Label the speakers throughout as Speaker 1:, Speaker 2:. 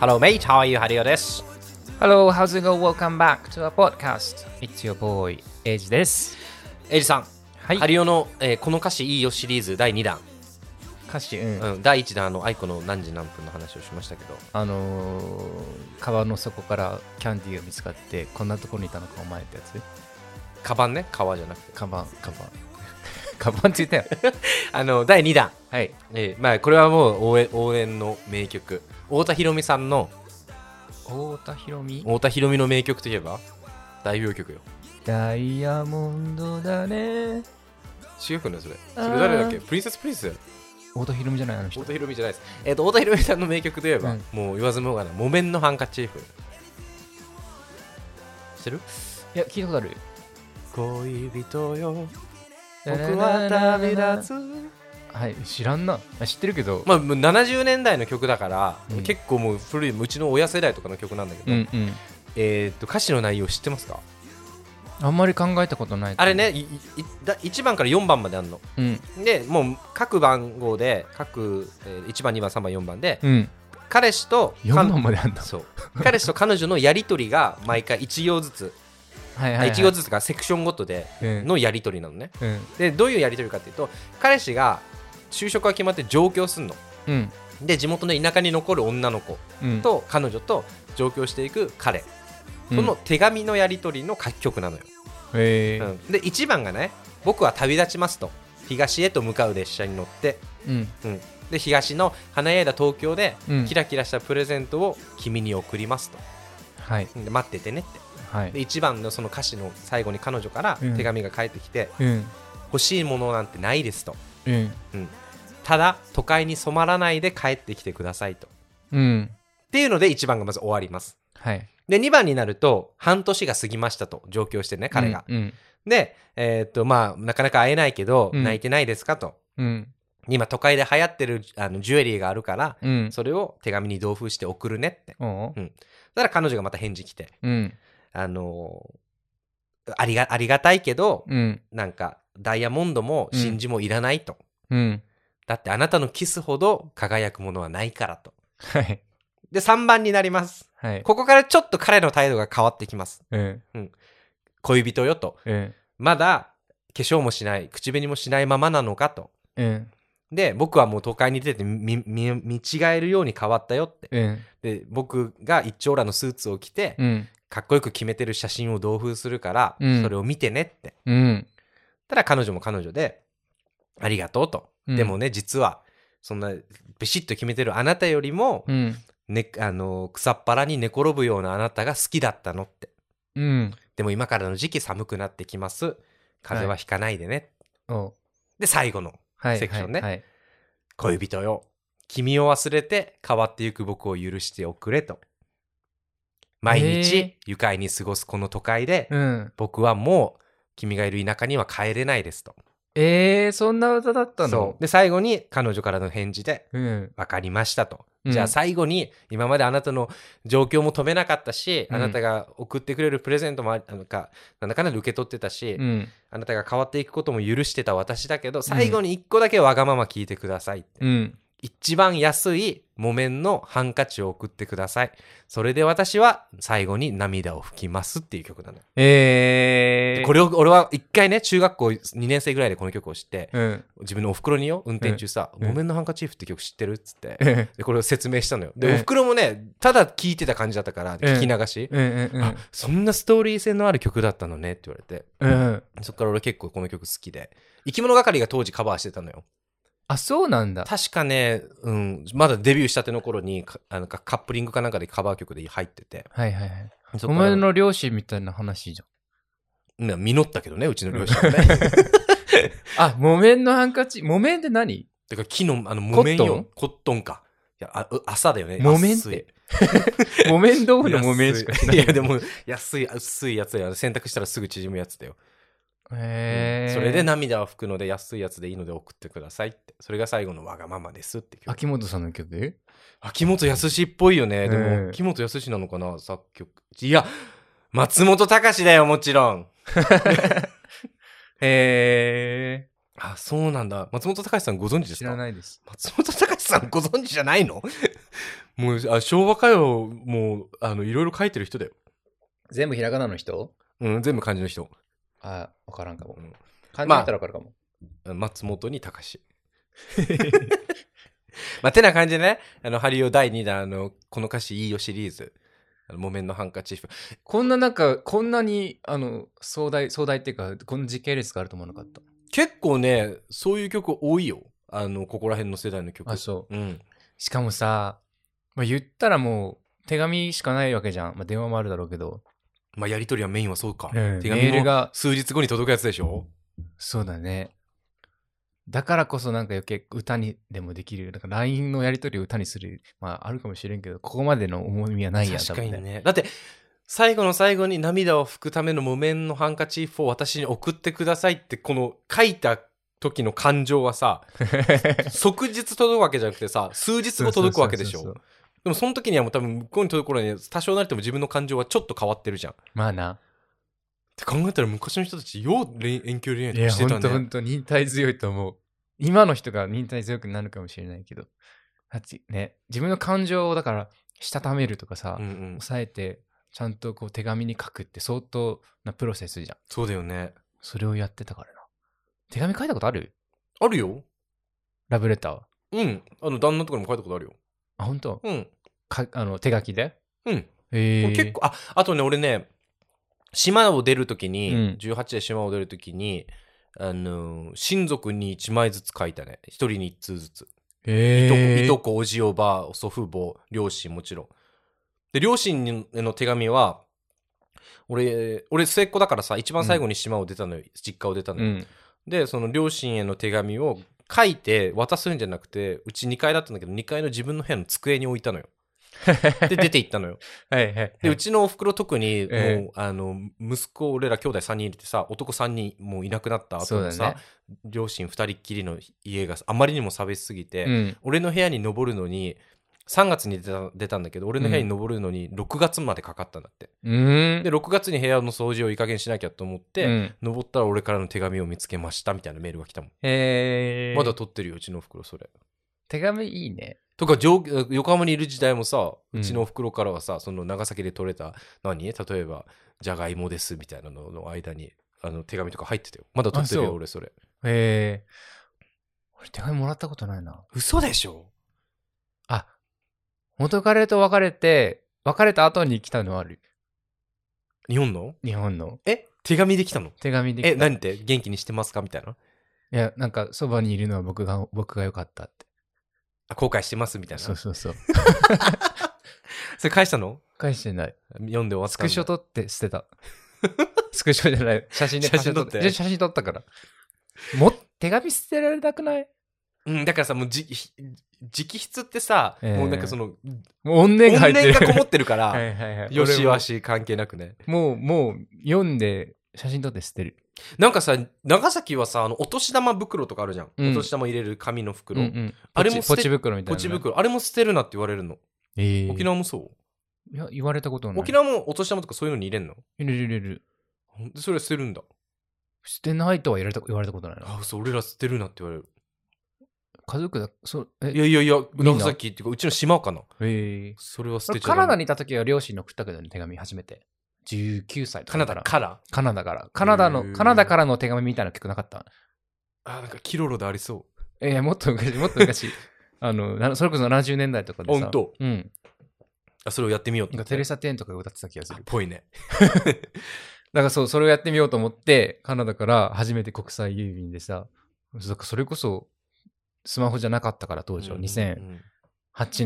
Speaker 1: Hello, mate. How are you? ハリオです。
Speaker 2: Hello, how's it go? Welcome back to our podcast. It's your boy, エイジです。
Speaker 1: エイジさん、
Speaker 2: はい
Speaker 1: ハリオの、えーこの歌詞いいよシリーズ第2弾、
Speaker 2: 歌詞、うん、
Speaker 1: うん、第1弾あのアイコの何時何分の話をしましたけど、
Speaker 2: あのー、川の底からキャンディーが見つかって、こんなところにいたのか、お前ってやつ。
Speaker 1: カバンね、革じゃなくて、
Speaker 2: カバン、カバン。 カバンって言ったよ。
Speaker 1: あの第2弾、
Speaker 2: はい。
Speaker 1: えーまあ、これはもう応援応援の名曲、太田裕美さんの
Speaker 2: 太田博美。
Speaker 1: 太田裕美の名曲といえば代表曲よ。
Speaker 2: ダイヤモンドだね。
Speaker 1: 違うくないそれ。そ
Speaker 2: あー
Speaker 1: れ誰だっけプリンセスプリンス
Speaker 2: 太田博美じゃないあの人
Speaker 1: 太。田裕美じゃないです。えっ、と、太田裕美さんの名曲といえば、
Speaker 2: うん
Speaker 1: もう言わずもがな、木綿のハンカチーフ。知ってる
Speaker 2: いや、聞いたことある。
Speaker 1: 恋人よ僕は旅立つ。
Speaker 2: はい、知らんな。あ知ってるけど。
Speaker 1: まあ、もう70年代の曲だから、
Speaker 2: うん
Speaker 1: 結構もう古い、うちの親世代とかの曲なんだけど、
Speaker 2: うんうん。
Speaker 1: えーっと、歌詞の内容知ってますか
Speaker 2: あんまり考えたことない。
Speaker 1: あれ。ね、いいいだ1番から4番まであるの。
Speaker 2: うん。
Speaker 1: で、もう各番号で、各、えー1番、2番、3番、4番で、
Speaker 2: うん。
Speaker 1: 彼氏と
Speaker 2: 4番まであんだ。
Speaker 1: そう彼氏と彼女のやり取りが毎回1行ずつ、
Speaker 2: はい
Speaker 1: あ
Speaker 2: はい、はい。
Speaker 1: 1行ずつかセクションごとで
Speaker 2: うん。
Speaker 1: のやり取りなのね
Speaker 2: うん。
Speaker 1: でどういうやり取りかっていうと彼氏が就職が決まって上京すんの
Speaker 2: うん。
Speaker 1: で地元の田舎に残る女の子
Speaker 2: うん、
Speaker 1: と彼女と上京していく彼
Speaker 2: う
Speaker 1: そ
Speaker 2: ん
Speaker 1: の、手紙のやり取りの書き曲なのよ、
Speaker 2: え
Speaker 1: う
Speaker 2: ー
Speaker 1: んで1番がね「僕は旅立ちます」と東へと向かう列車に乗って、
Speaker 2: うん
Speaker 1: うんで東の華やいだ東京で
Speaker 2: うん
Speaker 1: キラキラしたプレゼントを君に贈りますと、
Speaker 2: はい
Speaker 1: うんで待っててねって
Speaker 2: はい
Speaker 1: で1番のその歌詞の最後に彼女から
Speaker 2: うん
Speaker 1: 手紙が返ってきて、
Speaker 2: うん
Speaker 1: 欲しいものなんてないですと、
Speaker 2: うん
Speaker 1: うん、ただ都会に染まらないで帰ってきてくださいとっ
Speaker 2: うん
Speaker 1: ていうので1番がまず終わります
Speaker 2: はい
Speaker 1: で2番になると半年が過ぎましたと上京してね彼が、
Speaker 2: うん
Speaker 1: でえーっとまあなかなか会えないけど、
Speaker 2: うん
Speaker 1: 泣いてないですかと
Speaker 2: うん
Speaker 1: 今都会で流行ってるあのジュエリーがあるから、
Speaker 2: うん
Speaker 1: それを手紙に同封して送るねって
Speaker 2: おう
Speaker 1: だから彼女がまた返事来て
Speaker 2: うん
Speaker 1: あのーありがありがたいけど、
Speaker 2: うん
Speaker 1: なんかダイヤモンドも真珠もいらないと、
Speaker 2: うん
Speaker 1: だってあなたのキスほど輝くものはないからと
Speaker 2: はい
Speaker 1: で3番になります
Speaker 2: はい
Speaker 1: ここからちょっと彼の態度が変わってきます
Speaker 2: うん
Speaker 1: 恋人よと
Speaker 2: うん
Speaker 1: まだ化粧もしない口紅もしないままなのかと
Speaker 2: うん
Speaker 1: で僕はもう都会に出て見見見違えるように変わったよって
Speaker 2: うん
Speaker 1: で僕が一丁羅のスーツを着て
Speaker 2: うん
Speaker 1: かっこよく決めてる写真を同封するから、
Speaker 2: うん
Speaker 1: それを見てねって
Speaker 2: うん
Speaker 1: ただ彼女も彼女で、ありがとうと。
Speaker 2: うん
Speaker 1: でもね、実は、そんな、ビシッと決めてるあなたよりも、
Speaker 2: うん
Speaker 1: ね、あの、草っ腹に寝転ぶようなあなたが好きだったのって。
Speaker 2: うん
Speaker 1: でも今からの時期寒くなってきます。風邪はひかないでね。
Speaker 2: おう
Speaker 1: で、最後の、
Speaker 2: はい
Speaker 1: セクションね
Speaker 2: はいはい
Speaker 1: 恋人よ。君を忘れて変わってゆく僕を許しておくれと。毎
Speaker 2: へ
Speaker 1: 日
Speaker 2: え、
Speaker 1: 愉快に過ごすこの都会で、
Speaker 2: うん
Speaker 1: 僕はもう、君がいる田舎には帰れないですと。
Speaker 2: えーそんな歌だったの
Speaker 1: そう。で、最後に彼女からの返事で、
Speaker 2: うん
Speaker 1: わかりましたと。
Speaker 2: うん
Speaker 1: じゃあ最後に、今まであなたの状況も止めなかったし、
Speaker 2: うん
Speaker 1: あなたが送ってくれるプレゼントもああのか、なんだかんだで受け取ってたし、
Speaker 2: うん
Speaker 1: あなたが変わっていくことも許してた私だけど、最後に一個だけわがまま聞いてくださいって。
Speaker 2: うん
Speaker 1: 一番安い木綿のハンカチを送ってください。それで私は最後に涙を拭きますっていう曲なの。
Speaker 2: えー
Speaker 1: これを、俺は一回ね、中学校2年生ぐらいでこの曲を知って、
Speaker 2: うん
Speaker 1: 自分のお袋によ、運転中さ、
Speaker 2: うん
Speaker 1: 木綿のハンカチーフって曲知ってるっつって。
Speaker 2: うん
Speaker 1: でこれを説明したのよ。で、
Speaker 2: ええ
Speaker 1: お袋もね、ただ聞いてた感じだったから、
Speaker 2: ええ
Speaker 1: 聞き流し、
Speaker 2: うんうん
Speaker 1: あ、そんなストーリー性のある曲だったのねって言われて、
Speaker 2: うんうん
Speaker 1: そっから俺結構この曲好きで、生き物係が当時カバーしてたのよ。
Speaker 2: あそうなんだ
Speaker 1: 確かね、うん、まだデビューしたての頃に、かあのかカップリングかなんかでカバー曲で入ってて、
Speaker 2: はいはいはい
Speaker 1: そ
Speaker 2: お
Speaker 1: っから
Speaker 2: 前の両親みたいな話じゃん
Speaker 1: ね実ったけどね、うちの両親もね。
Speaker 2: あ、木綿のハンカチ。木綿って何
Speaker 1: てか木の、あの、木綿
Speaker 2: コッ
Speaker 1: よ。コットンか。いや、あう朝だよね。
Speaker 2: 木綿
Speaker 1: 安い
Speaker 2: って木綿豆腐の木綿
Speaker 1: 安
Speaker 2: し
Speaker 1: い
Speaker 2: か知らない。
Speaker 1: いや、で。も、安い、薄いやつだよ。洗濯したらすぐ縮むやつだよ。
Speaker 2: へー
Speaker 1: それで。涙を拭くので安いやつでいいので送ってくださいってそれが最後のわがままですって曲
Speaker 2: 秋元さんの曲
Speaker 1: 秋元康っぽいよねでも、
Speaker 2: うん
Speaker 1: 秋元康なのかな作曲いや松本隆だよもちろん
Speaker 2: へ
Speaker 1: あそうなんだ松本隆さんご存知で
Speaker 2: ー
Speaker 1: す
Speaker 2: 知
Speaker 1: から
Speaker 2: ないです。
Speaker 1: 松本隆さんご存知じゃないの もうあ昭和歌謡もうあのいろいろ書いてる人だよ、
Speaker 2: 全部ひらがなの人
Speaker 1: うん、全部漢字の人、
Speaker 2: あ、わからんかも
Speaker 1: う。ん
Speaker 2: 漢字
Speaker 1: まあ
Speaker 2: だったらわかるかも。
Speaker 1: 松本に高し。 まあ、てな感じでね、あの、ハリオ第2弾、あの、この歌詞いいよシリーズ、あの木綿のハンカチーフ。
Speaker 2: こんななんか、こんなに、あの、壮大、壮大っていうか、この時系列があると思わなかった。
Speaker 1: 結構ね、そういう曲多いよ。あの、ここら辺の世代の曲。
Speaker 2: あ、そう。
Speaker 1: うん。
Speaker 2: しかもさ、まあ、言ったらもう手紙しかないわけじゃん、まあ、電話もあるだろうけど、
Speaker 1: まあ、やりとりはメインはそうか。
Speaker 2: うん
Speaker 1: 手
Speaker 2: メ
Speaker 1: 紙
Speaker 2: ー
Speaker 1: が
Speaker 2: ルが
Speaker 1: 数日後に届くやつでしょ
Speaker 2: そうだねだからこそなんか余計歌にでもできるなんか LINE のやり取りを歌にするまああるかもしれんけどここまでの重みはないやん
Speaker 1: 確かに
Speaker 2: 多 分
Speaker 1: ね。だって、最後の最後に涙を拭くための木綿のハンカチーフを私に送ってくださいって、この書いた時の感情は さ、即日届くわけじゃなくてさ数日後届くわけでし
Speaker 2: そうそう
Speaker 1: ょ
Speaker 2: そうそう
Speaker 1: でもその時にはもう多分向こうに届く頃には多少なりとも自分の感情はちょっと変わってるじゃんっ
Speaker 2: まあな
Speaker 1: て考えたら昔の人たちよう恋遠距離恋愛とか
Speaker 2: いや
Speaker 1: してた
Speaker 2: 本当
Speaker 1: ね
Speaker 2: 本当忍耐強いと思う今の人が忍耐強くなるかもしれないけどだってね自分の感情をだからしたためるとかさ、
Speaker 1: うんうん、
Speaker 2: 抑えてちゃんとこう手紙に書くって相当なプロセスじゃん
Speaker 1: そうだよね
Speaker 2: それをやってたからな手紙書いたことある
Speaker 1: あるよ
Speaker 2: ラブレターは
Speaker 1: うんあの旦那とかにも書いたことあるよ
Speaker 2: あ本当
Speaker 1: うん
Speaker 2: かあの手書きで
Speaker 1: うん、
Speaker 2: ええ
Speaker 1: 結構ああとね俺ね島を出る時に、
Speaker 2: うん
Speaker 1: 18で島を出る時にあのー親族に1枚ずつ書いたね1人に1通ずついとこ
Speaker 2: ええ
Speaker 1: いとこおじおば祖父母両親もちろんで両親にの手紙は俺俺末っ子だからさ一番最後に島を出たのよ、実家を出たの
Speaker 2: う
Speaker 1: よ、
Speaker 2: ん
Speaker 1: でその両親への手紙を書いて渡すんじゃなくてうち2階だったんだけど2階の自分の部屋の机に置いたの よで出て行ったのよ
Speaker 2: はいはい
Speaker 1: でうちのおふくろ特にもう、
Speaker 2: え
Speaker 1: あの息子俺ら兄弟3人いてさ男3人もういなくなった後
Speaker 2: そう
Speaker 1: の
Speaker 2: だ
Speaker 1: さ、
Speaker 2: ね
Speaker 1: 両親2人っきりの家があまりにも寂しすぎて、
Speaker 2: うん
Speaker 1: 俺の部屋に登るのに3月に出た出たんだけど俺の部屋に登るのに6月までかかったんだって、
Speaker 2: うーん
Speaker 1: で6月に部屋の掃除をいい加減しなきゃと思って、
Speaker 2: うん
Speaker 1: 登ったら俺からの手紙を見つけましたみたいなメールが来たもん、
Speaker 2: ええ
Speaker 1: まだ取ってるようちのおふくろそれ
Speaker 2: 手紙いいね
Speaker 1: とか上横浜にいる時代もさ
Speaker 2: うん
Speaker 1: うちのおふくろからはさ、その長崎で取れた何例えばじゃがいもですみたいなのの間にあの手紙とか入ってたよまだ取ってる
Speaker 2: あそ
Speaker 1: よ
Speaker 2: う
Speaker 1: 俺それ
Speaker 2: ええ俺手紙もらったことないな
Speaker 1: 嘘でしょ
Speaker 2: あ元彼と別れて別れた後に来たのはある
Speaker 1: 日本の
Speaker 2: 日本の
Speaker 1: え手紙できたの
Speaker 2: 手紙で来た
Speaker 1: え何って元気にしてますかみたいない
Speaker 2: やなんかそばにいるのは僕が僕が良かったって
Speaker 1: あ後悔してますみたいな
Speaker 2: そうそうそう
Speaker 1: それ返したの
Speaker 2: 返して ない
Speaker 1: 読んで終わった
Speaker 2: スクショ撮って捨て た。スクショじゃない。写真で
Speaker 1: 写真撮って
Speaker 2: いや写真撮ったから。も、手紙捨てられたくない
Speaker 1: うん、だからさもうじひ直筆ってさ、
Speaker 2: ええ
Speaker 1: もうなんかその
Speaker 2: もう怨念
Speaker 1: 怨
Speaker 2: が入って
Speaker 1: 念
Speaker 2: る。
Speaker 1: がこもってるか
Speaker 2: は
Speaker 1: ら
Speaker 2: いはいはい。
Speaker 1: よしわ
Speaker 2: し。
Speaker 1: し関係なくね
Speaker 2: もう、もう、読んで、写真撮って捨てる。
Speaker 1: なんかさ長崎はさあのお年玉袋とかあるじゃん、
Speaker 2: うん
Speaker 1: お年玉入れる紙の袋、
Speaker 2: うんうん
Speaker 1: あれも捨
Speaker 2: ポ
Speaker 1: て
Speaker 2: チ袋みたいな。
Speaker 1: ポチ。袋あれも捨てるなって言われるの、
Speaker 2: ええ
Speaker 1: 沖縄もそう
Speaker 2: いや、言われたことない。
Speaker 1: 沖縄もお年玉とかそういうのに入れんの
Speaker 2: いるいるいる。
Speaker 1: でそれは捨てるんだ
Speaker 2: 捨てないとは言われた言われたことないな。
Speaker 1: あそう俺ら捨てるなって言われる
Speaker 2: 家族だ、そう、え、
Speaker 1: いやいやいや
Speaker 2: みんな
Speaker 1: 長崎っていうかうちの島かな
Speaker 2: ええ
Speaker 1: それは捨
Speaker 2: 俺
Speaker 1: てちゃ
Speaker 2: カナダ
Speaker 1: に
Speaker 2: にいた時は両親に送ったけどね、手紙初めて。19歳
Speaker 1: カ
Speaker 2: とか
Speaker 1: ナダ
Speaker 2: だから。
Speaker 1: から
Speaker 2: カナダから。カナダ
Speaker 1: へ
Speaker 2: の、
Speaker 1: ー
Speaker 2: カナダからの手紙みたいな曲なかった
Speaker 1: あなんかキロロでありそ
Speaker 2: えー、もっと昔、もっと昔。 あの、なそれこそ70年代とかでさ。
Speaker 1: ほんと
Speaker 2: うん。
Speaker 1: うあそれをやってみようって
Speaker 2: なんかテレサ・テンとかが歌ってた気がす
Speaker 1: あっ
Speaker 2: る。
Speaker 1: ぽいね
Speaker 2: だからそう、それをやってみようと思って、カナダから初めて国際郵便でさ、だからそれこそ、スマホじゃなかったから当時は、
Speaker 1: うんう
Speaker 2: 2008
Speaker 1: ん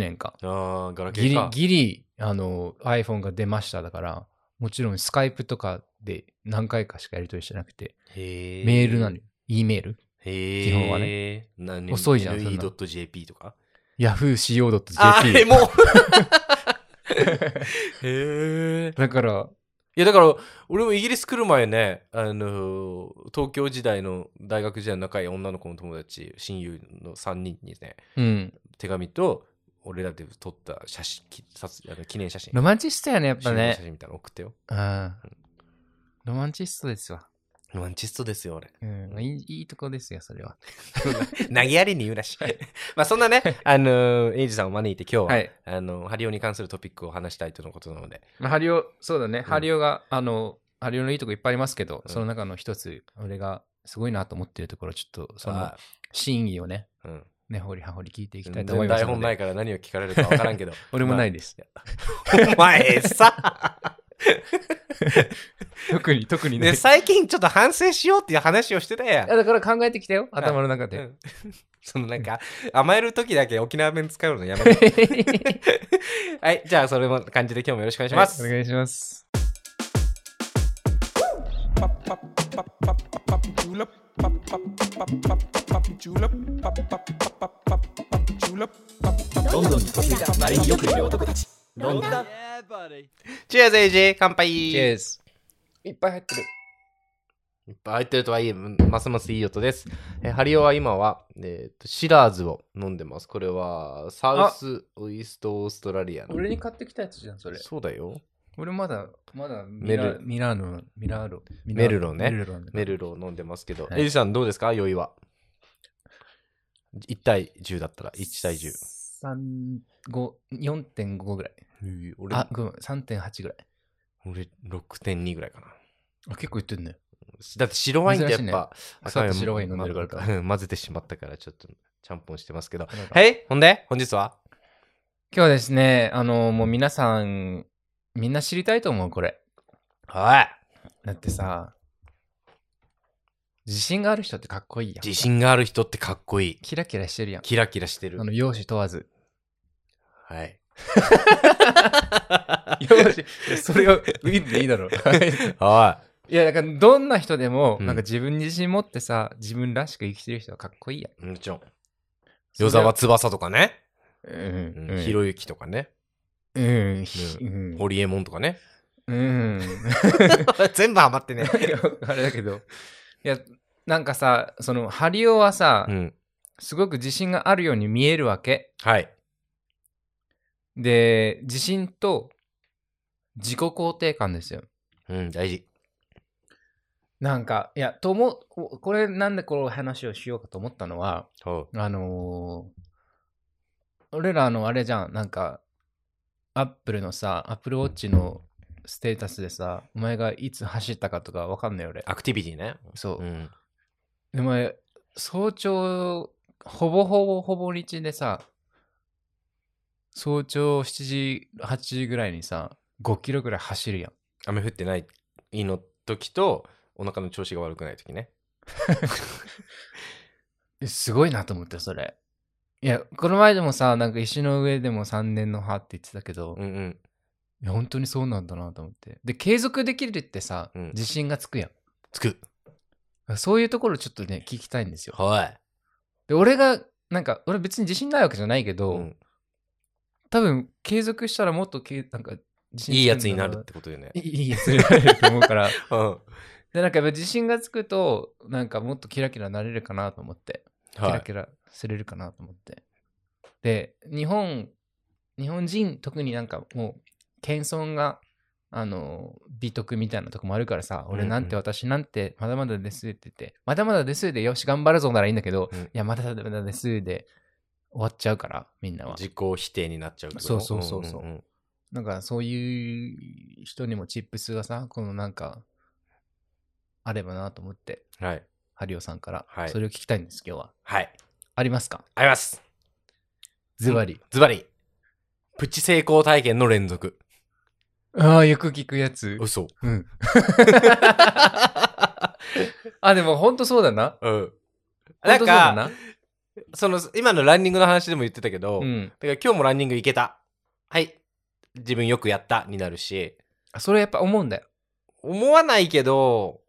Speaker 2: 年か。
Speaker 1: ああ、ガラケ
Speaker 2: ギ
Speaker 1: ー
Speaker 2: リ
Speaker 1: か。、
Speaker 2: ギリ、あの、iPhone が出ましただから、もちろんスカイプとかで何回かしかやり取りしてなくて、
Speaker 1: へ
Speaker 2: メールなの
Speaker 1: に。
Speaker 2: よ。E メール
Speaker 1: へ
Speaker 2: 基本は
Speaker 1: ね。何
Speaker 2: 遅いじゃんそんな
Speaker 1: e.jp とか。あー、え
Speaker 2: ?yahoo.co.jp。
Speaker 1: もう へえ。
Speaker 2: だから、
Speaker 1: いや、だから、俺もイギリス来る前ね、あのー、東京時代の大学時代の仲いい女の子の友達、親友の3人にね、
Speaker 2: うん。
Speaker 1: 手紙と、俺らで撮った写真、きさつあの記念写真。
Speaker 2: ロマンチストやね、やっぱ
Speaker 1: 集合
Speaker 2: ね
Speaker 1: 写。真みたいなの送ってよ。
Speaker 2: ああロマンチストですわ。
Speaker 1: マンチストですよ、俺。
Speaker 2: うん、いいいいとこですよ、 それは。
Speaker 1: 投げやりに言うらしい。 まあそんなね、あのーエイジさんを招いて今日は、
Speaker 2: はい。
Speaker 1: あの、ハリオに関するトピックを話したいとのことなので、
Speaker 2: まあ、ハリオ、そうだね。
Speaker 1: ん
Speaker 2: ハリオが、あの、ハリオのいいとこいっぱいありますけど、
Speaker 1: うん
Speaker 2: その中の一つ、俺がすごいなと思ってるところ、ちょっと、その
Speaker 1: あ、
Speaker 2: 真意をね、
Speaker 1: うん、
Speaker 2: ねほりはほり聞いていきた
Speaker 1: 全
Speaker 2: いと思いま
Speaker 1: 然
Speaker 2: す
Speaker 1: 台
Speaker 2: の
Speaker 1: 本
Speaker 2: で
Speaker 1: ないから何を聞かれるかわからん けど。
Speaker 2: 俺もない です。
Speaker 1: お前さ、
Speaker 2: 特に、特にね。
Speaker 1: ね、最近ちょっと反省しようっていう話をしてたや
Speaker 2: い
Speaker 1: ん
Speaker 2: や。だから考えてきたよ、頭の中
Speaker 1: う
Speaker 2: で。
Speaker 1: ん そのなんか、甘える時だけ沖縄弁使うのやめて。 はい、じゃあそれも感じで今日もよろしくお願いします。
Speaker 2: はいお願いします。
Speaker 3: どんどん女性がマリンよくいる男たち
Speaker 1: ロンドン。チェアゼイジー、乾杯。
Speaker 2: チェーズ。いっぱい入ってる。
Speaker 1: いっぱい入ってるとはいえ、うんますますいい音です。えーハリオは今は、えーとシラーズを飲んでます。これは、サウス・ウイスト・オーストラリアの。
Speaker 2: 俺に買ってきたやつじゃん、それ。
Speaker 1: そうだよ。
Speaker 2: 俺まだ、まだ
Speaker 1: メ
Speaker 2: ミラ
Speaker 1: ル、
Speaker 2: ミラーノ、ミラーロ。ミ
Speaker 1: メルロね
Speaker 2: メルロなんだ
Speaker 1: メルロを飲んでますけど、
Speaker 2: はい
Speaker 1: エイジさんどうですか酔いは。1対10だったら、1対10。
Speaker 2: 三五4.5ぐらい。
Speaker 1: 俺
Speaker 2: あ、ごめん、3.8ぐらい。
Speaker 1: 俺6.2ぐらいかな。
Speaker 2: あ、結構いってんね。
Speaker 1: だって白ワインってやっ
Speaker 2: 珍しいね
Speaker 1: ぱ、
Speaker 2: 朝と白ワイン飲んでるからか
Speaker 1: まうん混ぜてしまったから、ちょっと、ちゃんぽんしてますけど。
Speaker 2: なんか
Speaker 1: はい、ほんで、本日は
Speaker 2: 今日はですね、あの、もう皆さん、みんな知りたいと思う、これ。
Speaker 1: はい。
Speaker 2: だってさ、自信がある人ってかっこいいやん。
Speaker 1: 自信がある人ってかっこいい。
Speaker 2: キラキラしてるやん。
Speaker 1: キラキラしてる
Speaker 2: あ。の、容姿問わず。
Speaker 1: はい。
Speaker 2: 容姿、いやそれを、いいんでいいだろう。
Speaker 1: はい
Speaker 2: や、だから、どんな人でも、
Speaker 1: うん
Speaker 2: なんか自分に自信持ってさ、自分らしく生きてる人はかっこいいやん。
Speaker 1: い。もちろん。
Speaker 2: それ
Speaker 1: 与
Speaker 2: は
Speaker 1: 沢翼とかね。
Speaker 2: うん、
Speaker 1: うんひろゆきとかね。
Speaker 2: うん、ひうん、
Speaker 1: ホリエモンとかね。
Speaker 2: うん。
Speaker 1: 全部ハマってね。
Speaker 2: あれだけど。いや、なんかさ、その、ハリオはさ、
Speaker 1: うん。
Speaker 2: すごく自信があるように見えるわけ。
Speaker 1: はい。
Speaker 2: で、自信と自己肯定感ですよ。
Speaker 1: うん、大事。
Speaker 2: なんか、いや、と思う、ここれなんでこの話をしようかと思ったのは、
Speaker 1: ほ
Speaker 2: あのー俺らのあれじゃん、なんか、アップルのさ、アップルウォッチのステータスでさ、お前がいつ走ったかとかわかんない俺
Speaker 1: う。。アクティビティね。
Speaker 2: そう
Speaker 1: う。ん。
Speaker 2: でもえ早朝、ほぼほぼほぼ日でさ、早朝7時、8時ぐらいにさ、5キロぐらい走るやん。
Speaker 1: 雨降ってないの時と、お腹の調子が悪くない時ね。
Speaker 2: えすごいなと思って、それ。いや、この前でもさ、なんか石の上でも3年の葉って言ってたけど、
Speaker 1: うんうん。
Speaker 2: いや本当にそうなんだなと思って。で、継続できるってさ、
Speaker 1: うん
Speaker 2: 自信がつくや
Speaker 1: つく。
Speaker 2: ん。そういうところちょっとね、聞きたいんですよ。
Speaker 1: はい。
Speaker 2: で、俺が、なんか、俺別に自信ないわけじゃないけど、
Speaker 1: うん
Speaker 2: 多分継続したらもっとけ、なんか、自信つくんだ
Speaker 1: いいやつになるってことよね。
Speaker 2: いいいいやつになると思うから。
Speaker 1: うん。は
Speaker 2: で、なんかやっぱ自信がつくと、なんかもっとキラキラなれるかなと思って、キラ
Speaker 1: い。
Speaker 2: キラすれるかなと思って。で、日本、日本人特になんかもう、謙遜が、あの、美徳みたいなとこもあるからさ、
Speaker 1: うん
Speaker 2: 俺
Speaker 1: うん
Speaker 2: なんて私なんて、まだまだですって言って、まだまだですで、よし、頑張るぞならいいんだけど、
Speaker 1: うん
Speaker 2: いや、まだまだですで、終わっちゃうから、みんなは。
Speaker 1: 自己否定になっちゃうってこと
Speaker 2: そうそうそうそうん
Speaker 1: んん
Speaker 2: なんかそういう人にもチップスがさ、このなんか、あればなと思って、
Speaker 1: はい。
Speaker 2: ハリオさんから、
Speaker 1: はい
Speaker 2: それを聞きたいんです、今日は。
Speaker 1: はい。
Speaker 2: ありますか
Speaker 1: あります。
Speaker 2: ズバリ。
Speaker 1: ズバリ。プチ成功体験の連続。
Speaker 2: ああ、よく聞くやつ。
Speaker 1: 嘘。
Speaker 2: うん。あ、でも本当そうだな。
Speaker 1: うん。なん
Speaker 2: 本当そうだ
Speaker 1: か、
Speaker 2: な。
Speaker 1: その、今のランニングの話でも言ってたけど、
Speaker 2: うん。
Speaker 1: だから今日もランニング行けた。はい。自分よくやったになるし、
Speaker 2: あそれやっぱ思うんだよ。
Speaker 1: 思わないけど、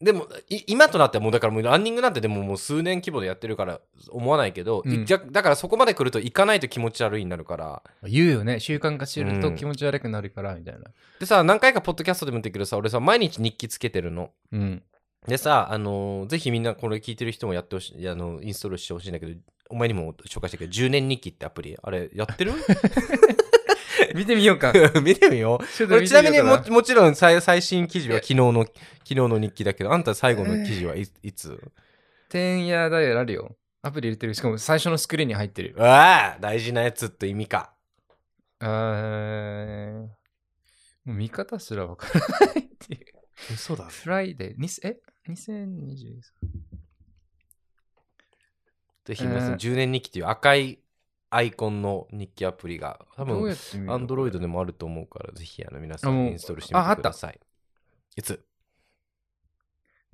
Speaker 1: でも、い今となってはもうだからもうランニングなんてでももう数年規模でやってるから思わないけど、
Speaker 2: うん
Speaker 1: いじゃだからそこまで来ると行かないと気持ち悪いになるから。
Speaker 2: 言うよね。習慣化する
Speaker 1: う
Speaker 2: と
Speaker 1: ん
Speaker 2: 気持ち悪くなるから、みたいな。
Speaker 1: でさ、何回かポッドキャストでも言ってるけどさ、俺さ、毎日日記つけてるの。
Speaker 2: うん。
Speaker 1: でさ、あのーぜひみんなこれ聞いてる人もやってほしい、あの、インストールしてほしいんだけど、お前にも紹介したけど、10年日記ってアプリ、あれやってる
Speaker 2: 見てみよう か。
Speaker 1: 見てみよう。
Speaker 2: ちょっと
Speaker 1: 俺
Speaker 2: 見
Speaker 1: ち
Speaker 2: て
Speaker 1: な
Speaker 2: み
Speaker 1: みに
Speaker 2: ようか
Speaker 1: ももちろん最最新記事は昨日の昨日の日記だけどあんた最後の記事はいいつ
Speaker 2: てんやだよ、あるよ。アプリ入れてる。しかも最初のスクリーンに入ってる。
Speaker 1: ああ大事なやつって意味か
Speaker 2: あーもう見方すらわからないっていう。
Speaker 1: 嘘だ
Speaker 2: フライデー、にせえ ?2023?
Speaker 1: ぜひ皆さん
Speaker 2: えー
Speaker 1: 10年日記っていう赤いアイコンの日記アプリが多
Speaker 2: どう
Speaker 1: 分
Speaker 2: やって見る
Speaker 1: ア
Speaker 2: の
Speaker 1: ンドロイドでもあると思うからぜひあの皆さ
Speaker 2: あ
Speaker 1: ん
Speaker 2: もう
Speaker 1: インストールしてみ
Speaker 2: ああ
Speaker 1: て
Speaker 2: っ
Speaker 1: く
Speaker 2: た
Speaker 1: ださいいつ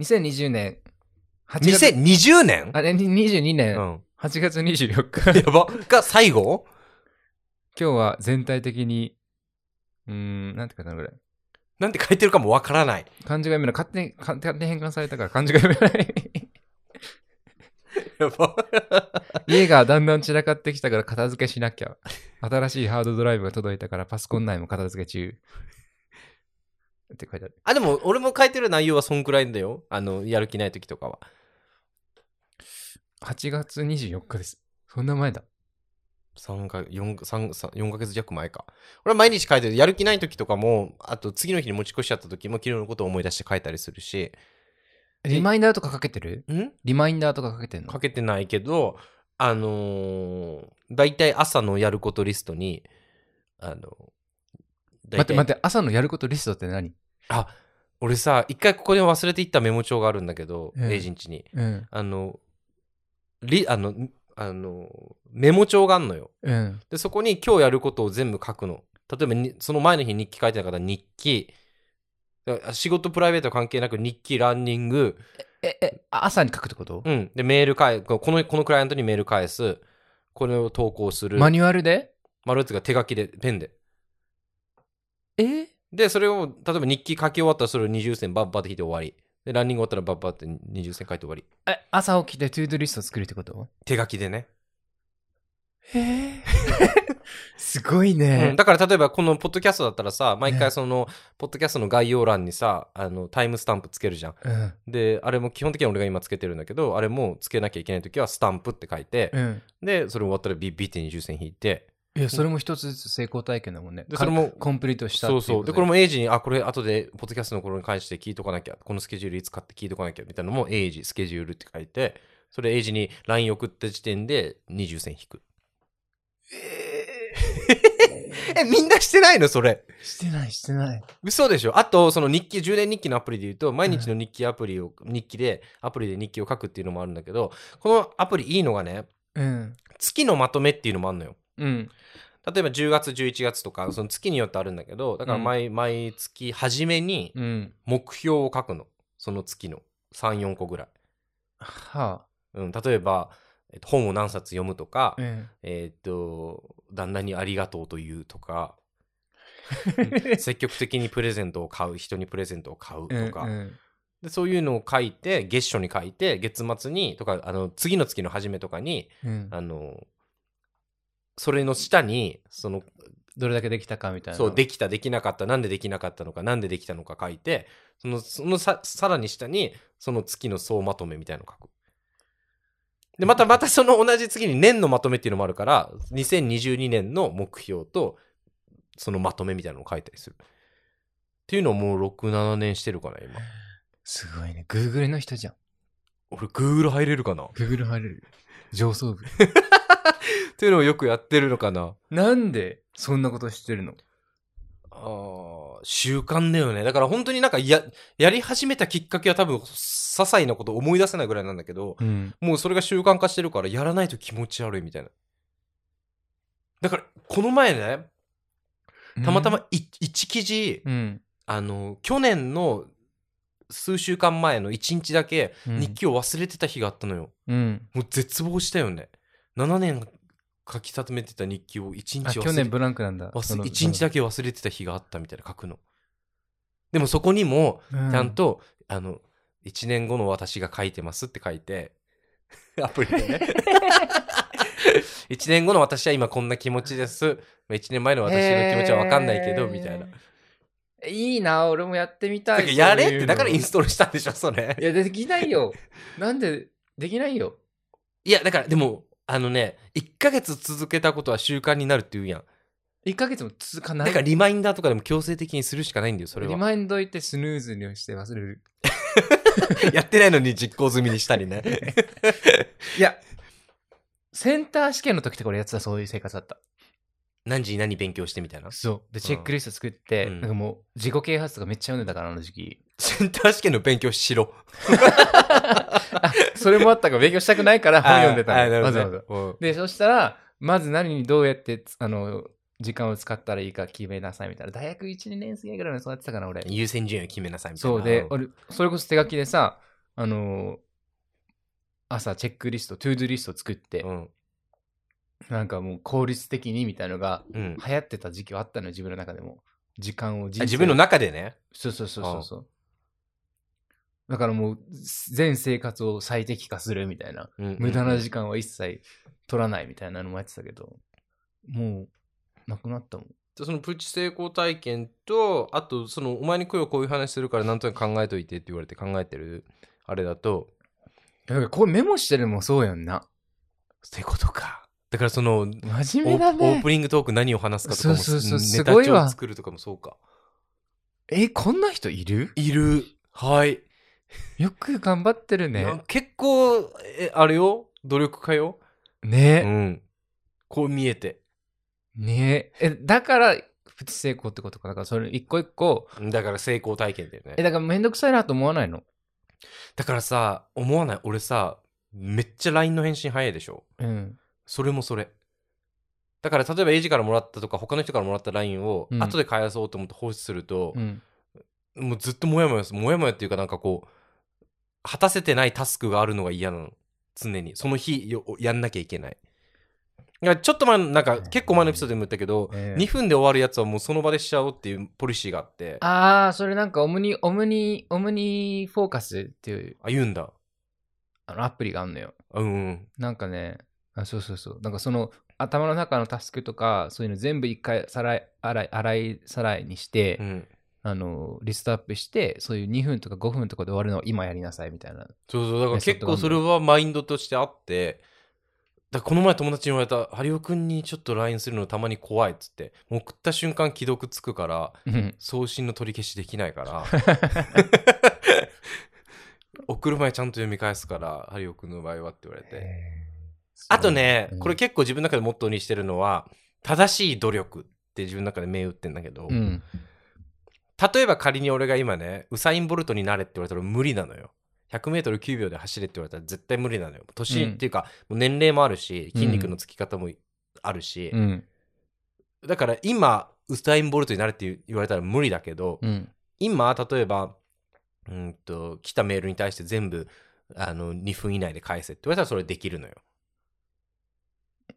Speaker 2: 2020年8月。
Speaker 1: 2020年
Speaker 2: あれ、に22
Speaker 1: う
Speaker 2: 年
Speaker 1: ん
Speaker 2: 8月24日。
Speaker 1: やばが最後
Speaker 2: 今日は全体的に、うーん、なんて書いたのこれ。
Speaker 1: なんて書いてるかもわからない
Speaker 2: 漢字が読めない。勝手に、勝手に変換されたから漢字が読めない。
Speaker 1: やば
Speaker 2: 家がだんだん散らかってきたから片付けしなきゃ。新しいハードドライブが届いたからパソコン内も片付け中。って書いてある。
Speaker 1: あでも俺も書いてる内容はそんくらいんだよあのやる気ない時とかは
Speaker 2: 8月24日です。そんな前だ。
Speaker 1: 3か 4, 三三四ヶ月弱前か。俺は毎日書いてる。やる気ない時とかも、あと次の日に持ち越しちゃった時も昨日のことを思い出して書いたりするし、
Speaker 2: リマインダーとかかけてる
Speaker 1: ん
Speaker 2: リマインダーとかかけてんの
Speaker 1: かけてないけど、あのー、大体朝のやることリストに、あの、
Speaker 2: 待って待
Speaker 1: って。
Speaker 2: って、朝のやることリストって何
Speaker 1: あ、俺さ、一回ここで忘れていったメモ帳があるんだけど、
Speaker 2: うん
Speaker 1: エイジンチに。
Speaker 2: うん。
Speaker 1: あの、り、あの、あの、メモ帳があんのよ。
Speaker 2: うん。
Speaker 1: で、そこに今日やることを全部書くの。例えばに、その前の日に日記書いてなかったら日記、あ仕事、プライベート関係なく日記、ランニング、
Speaker 2: え、え、朝に書くってこと、
Speaker 1: うん。で、メール返、この、このクライアントにメール返す。これを投稿する。
Speaker 2: マニュアルで
Speaker 1: マルツが手書きで、ペンで。
Speaker 2: え
Speaker 1: で、それを、例えば日記書き終わったらそれを20線バッバって引いて終わり。で、ランニング終わったらバッバって20線書いて終わり。
Speaker 2: え朝起きてトゥードゥリスト作るってこと
Speaker 1: 手書きでね。
Speaker 2: へえ。 すごい
Speaker 1: うん
Speaker 2: ね。
Speaker 1: だから例えばこのポッドキャストだったらさ、毎回その、ポッドキャストの概要欄にさ、あの、タイムスタンプつけるじゃん。
Speaker 2: うん。
Speaker 1: であれも基本的には俺が今つけてるんだけどあれもつけなきゃいけない時はスタンプって書いて、
Speaker 2: うん。
Speaker 1: でそれ終わったらビッビッて20線引いて
Speaker 2: いや、それも一つずつ成功体験だもんね。
Speaker 1: でそれも
Speaker 2: かコンプリートしたって
Speaker 1: そ
Speaker 2: いう
Speaker 1: そうでこれもエイジにあこれ後でポッドキャストの頃に関して聞いとかなきゃこのスケジュールいつかって聞いとかなきゃみたいなのもエイジスケジュールって書いてそれエイジに LINE 送った時点で20線引く えみんなしてないのそれ
Speaker 2: してない、してない。
Speaker 1: 嘘でしょあとその日記10年日記のアプリで言うと毎日の日記アプリを日記でアプリで日記を書くっていうのもあるんだけどこのアプリいいのがね
Speaker 2: うん。
Speaker 1: 月のまとめっていうのもあるのよ。
Speaker 2: うん。
Speaker 1: 例えば10月11月とかその月によってあるんだけどだから毎,、毎月初めに
Speaker 2: うん。
Speaker 1: 目標を書くのその月の34個ぐらい、
Speaker 2: は
Speaker 1: うん、例えば、えっと、本を何冊読むとか、
Speaker 2: あ。うん。
Speaker 1: えっと旦那にありがとうと言うとか積極的にプレゼントを買う人にプレゼントを買うとか、
Speaker 2: うん
Speaker 1: でそういうのを書いて月初に書いて月末にとかあの次の月の初めとかに
Speaker 2: うん。
Speaker 1: あのそれの下にその
Speaker 2: どれだけできたかみたいな。
Speaker 1: そう、できた、できなかった、なんでできなかったのか、なんでできたのか書いて、その、そのさ、さらに下に、その月の総まとめみたいの書く。で、また、またその同じ次に年のまとめっていうのもあるから、2022年の目標と、そのまとめみたいなのを書いたりする。っていうのをもう6、7年してるかな、今。
Speaker 2: すごいね。Google の人じゃん。
Speaker 1: 俺、Google 入れるかなっ
Speaker 2: Google 入れる。上層部。
Speaker 1: ていうのをよくやってるのかな。
Speaker 2: なんでそんなことしてるの
Speaker 1: あー習慣だよね。だから本当になんかや、やり始めたきっかけは多分、些細なこと思い出せないぐらいなんだけど、
Speaker 2: うん。
Speaker 1: もうそれが習慣化してるから、やらないと気持ち悪いみたいな。だから、この前ね、たまたまい一記事、
Speaker 2: うん、
Speaker 1: あの、去年の数週間前の一日だけ、
Speaker 2: うん。
Speaker 1: 日記を忘れてた日があったのよ。
Speaker 2: うん。
Speaker 1: もう絶望したよね。7年書き留めてた日記を一
Speaker 2: あ、
Speaker 1: 日
Speaker 2: 去
Speaker 1: 忘れて
Speaker 2: 年ブランクなんだ。その
Speaker 1: 1日だけ忘れてた日があったみたいな書くの。でもそこにも、
Speaker 2: う
Speaker 1: ちゃんと、あの、1年後の私が書いてますって書い て、アプリで ね。1年後の私は今こんな気持ちです。1年前の私の気持ちは分かんないけど、みたいな。。
Speaker 2: へーいいな、俺もやってみた
Speaker 1: だ
Speaker 2: い。
Speaker 1: からやれっ
Speaker 2: そういう
Speaker 1: て、
Speaker 2: の
Speaker 1: だからインストールしたんでしょ、それ
Speaker 2: い。 や、できないよ。なんで、できないよ。
Speaker 1: いや、だからでも、あのね、1ヶ月続けたことは習慣になるって言うやん。
Speaker 2: 1ヶ月も続かな。
Speaker 1: ないんかリマインダーとかでも強制的にするしかないんだよ、それ
Speaker 2: リ
Speaker 1: は。
Speaker 2: マインド行ってスヌーズにして忘れる。
Speaker 1: やってないのに実行済みにしたりね。
Speaker 2: いや、センター試験の時とか俺やってたそういう生活だった。
Speaker 1: 何時に何勉強してみたいな。
Speaker 2: そう。で、チェックリスト作って、
Speaker 1: うん
Speaker 2: なんかもう自己啓発とかめっちゃ読んでたから、あの時 期。
Speaker 1: センター試験の勉強しろ。
Speaker 2: あ、それもあったから勉強したくないから本読んで
Speaker 1: あ
Speaker 2: た
Speaker 1: あな
Speaker 2: の。
Speaker 1: るほ
Speaker 2: わ
Speaker 1: ど
Speaker 2: ざ
Speaker 1: ね
Speaker 2: わざ。
Speaker 1: うん
Speaker 2: で、そしたら、まず何にどうやってつ、あの、時間を使ったらいいか決めなさいみたいな。大学1、2年生ぐらいまで育ってたから、俺。
Speaker 1: 優先順位を決めなさいみたいな。
Speaker 2: そうで、
Speaker 1: ん
Speaker 2: 俺、それこそ手書きでさ、あの、朝チェックリスト、トゥードゥリスト作って、
Speaker 1: うん。
Speaker 2: なんかもう効率的にみたいのが
Speaker 1: うん。
Speaker 2: 流行ってた時期はあったのよ、自分の中でも。時間を人
Speaker 1: あ
Speaker 2: 生
Speaker 1: 自分の中でね。
Speaker 2: そうそうそうそうそう。だからもう、全生活を最適化するみたいな。無駄な時間は一切取らないみたいなのもやってたけど、もう、なくなったもん。
Speaker 1: でそのプチ成功体験とあとそのお前に今日こういう話するからなんとなく考えといてって言われて考えてるあれだと
Speaker 2: だからこれメモしてるのもそうやんな。
Speaker 1: そういうことかだからそのオープ
Speaker 2: 真
Speaker 1: オ
Speaker 2: 面目だ
Speaker 1: ー
Speaker 2: ね
Speaker 1: プ。ニングトーク何を話すかとかも
Speaker 2: そうそ
Speaker 1: ネ
Speaker 2: うそうす
Speaker 1: タ
Speaker 2: ごい
Speaker 1: 帳を
Speaker 2: わ
Speaker 1: 作るとかもそうか
Speaker 2: え、こんな人いる
Speaker 1: いるはい、
Speaker 2: よく頑張ってる
Speaker 1: なん
Speaker 2: ね。
Speaker 1: 結構えあれよ努力家よ、う
Speaker 2: ね
Speaker 1: ん、こう見えて
Speaker 2: ねえ。だから、プチ成功ってことか。だからそれ一個一個、
Speaker 1: だから成功体験だよ
Speaker 2: え、
Speaker 1: ね
Speaker 2: だからめんどくさいなと思わないの
Speaker 1: だからさ思わない俺さめっちゃ LINE の返信早いでしょ
Speaker 2: うん。
Speaker 1: それもそれ。だから例えばエイジからもらったとか他の人からもらった LINE を
Speaker 2: うん
Speaker 1: 後で返そうと思って放出すると
Speaker 2: う、ん。
Speaker 1: もうずっとモヤモヤするモヤモヤっていうかなんかこう果たせてないタスクがあるのが嫌なの常にその日よやんなきゃいけないいやちょっと前のなんか結構前のエピソードでも言ったけど、
Speaker 2: ええ
Speaker 1: 2分で終わるやつはもうその場でしちゃおうっていうポリシーがあってあ
Speaker 2: ああ、それなんかオムニ、オムニ、オムニフォーカスっていう
Speaker 1: 言うんだ
Speaker 2: あのアプリがあるのよ。
Speaker 1: うんうん
Speaker 2: なんかね、あそうそうそう。なんかその頭の中のタスクとか、そういうの全部一回さらい、洗い、洗い、さらいにして、
Speaker 1: うん
Speaker 2: あの、リストアップして、そういう2分とか5分とかで終わるのを今やりなさいみたいな。
Speaker 1: そうそうだから
Speaker 2: メソ
Speaker 1: 結
Speaker 2: ッドがあ
Speaker 1: 構
Speaker 2: んの
Speaker 1: それはマインドとしてあってだからこの前友達に言われた「ハリオくんにちょっと LINE するのたまに怖い」っつってもう送った瞬間既読つくから送信の取り消しできないから 送る前ちゃんと読み返すからハリオくんの場合はって言われてあとね、これ、結構自分の中でモットーにしてるのは正しい努力って自分の中で銘打ってんだけど、
Speaker 2: うん。
Speaker 1: 例えば仮に俺が今ねウサイン・ボルトになれって言われたら無理なのよ 100m9 秒で走れって言われたら絶対無理なのよ年
Speaker 2: うん
Speaker 1: っていうか、もう年齢もあるし筋肉のつき方もあるし、
Speaker 2: うん。
Speaker 1: だから今ウサイン・ボルトになれって言われたら無理だけど、
Speaker 2: うん。
Speaker 1: 今例えばうんと来たメールに対して全部あの2分以内で返せって言われたらそれできるのよ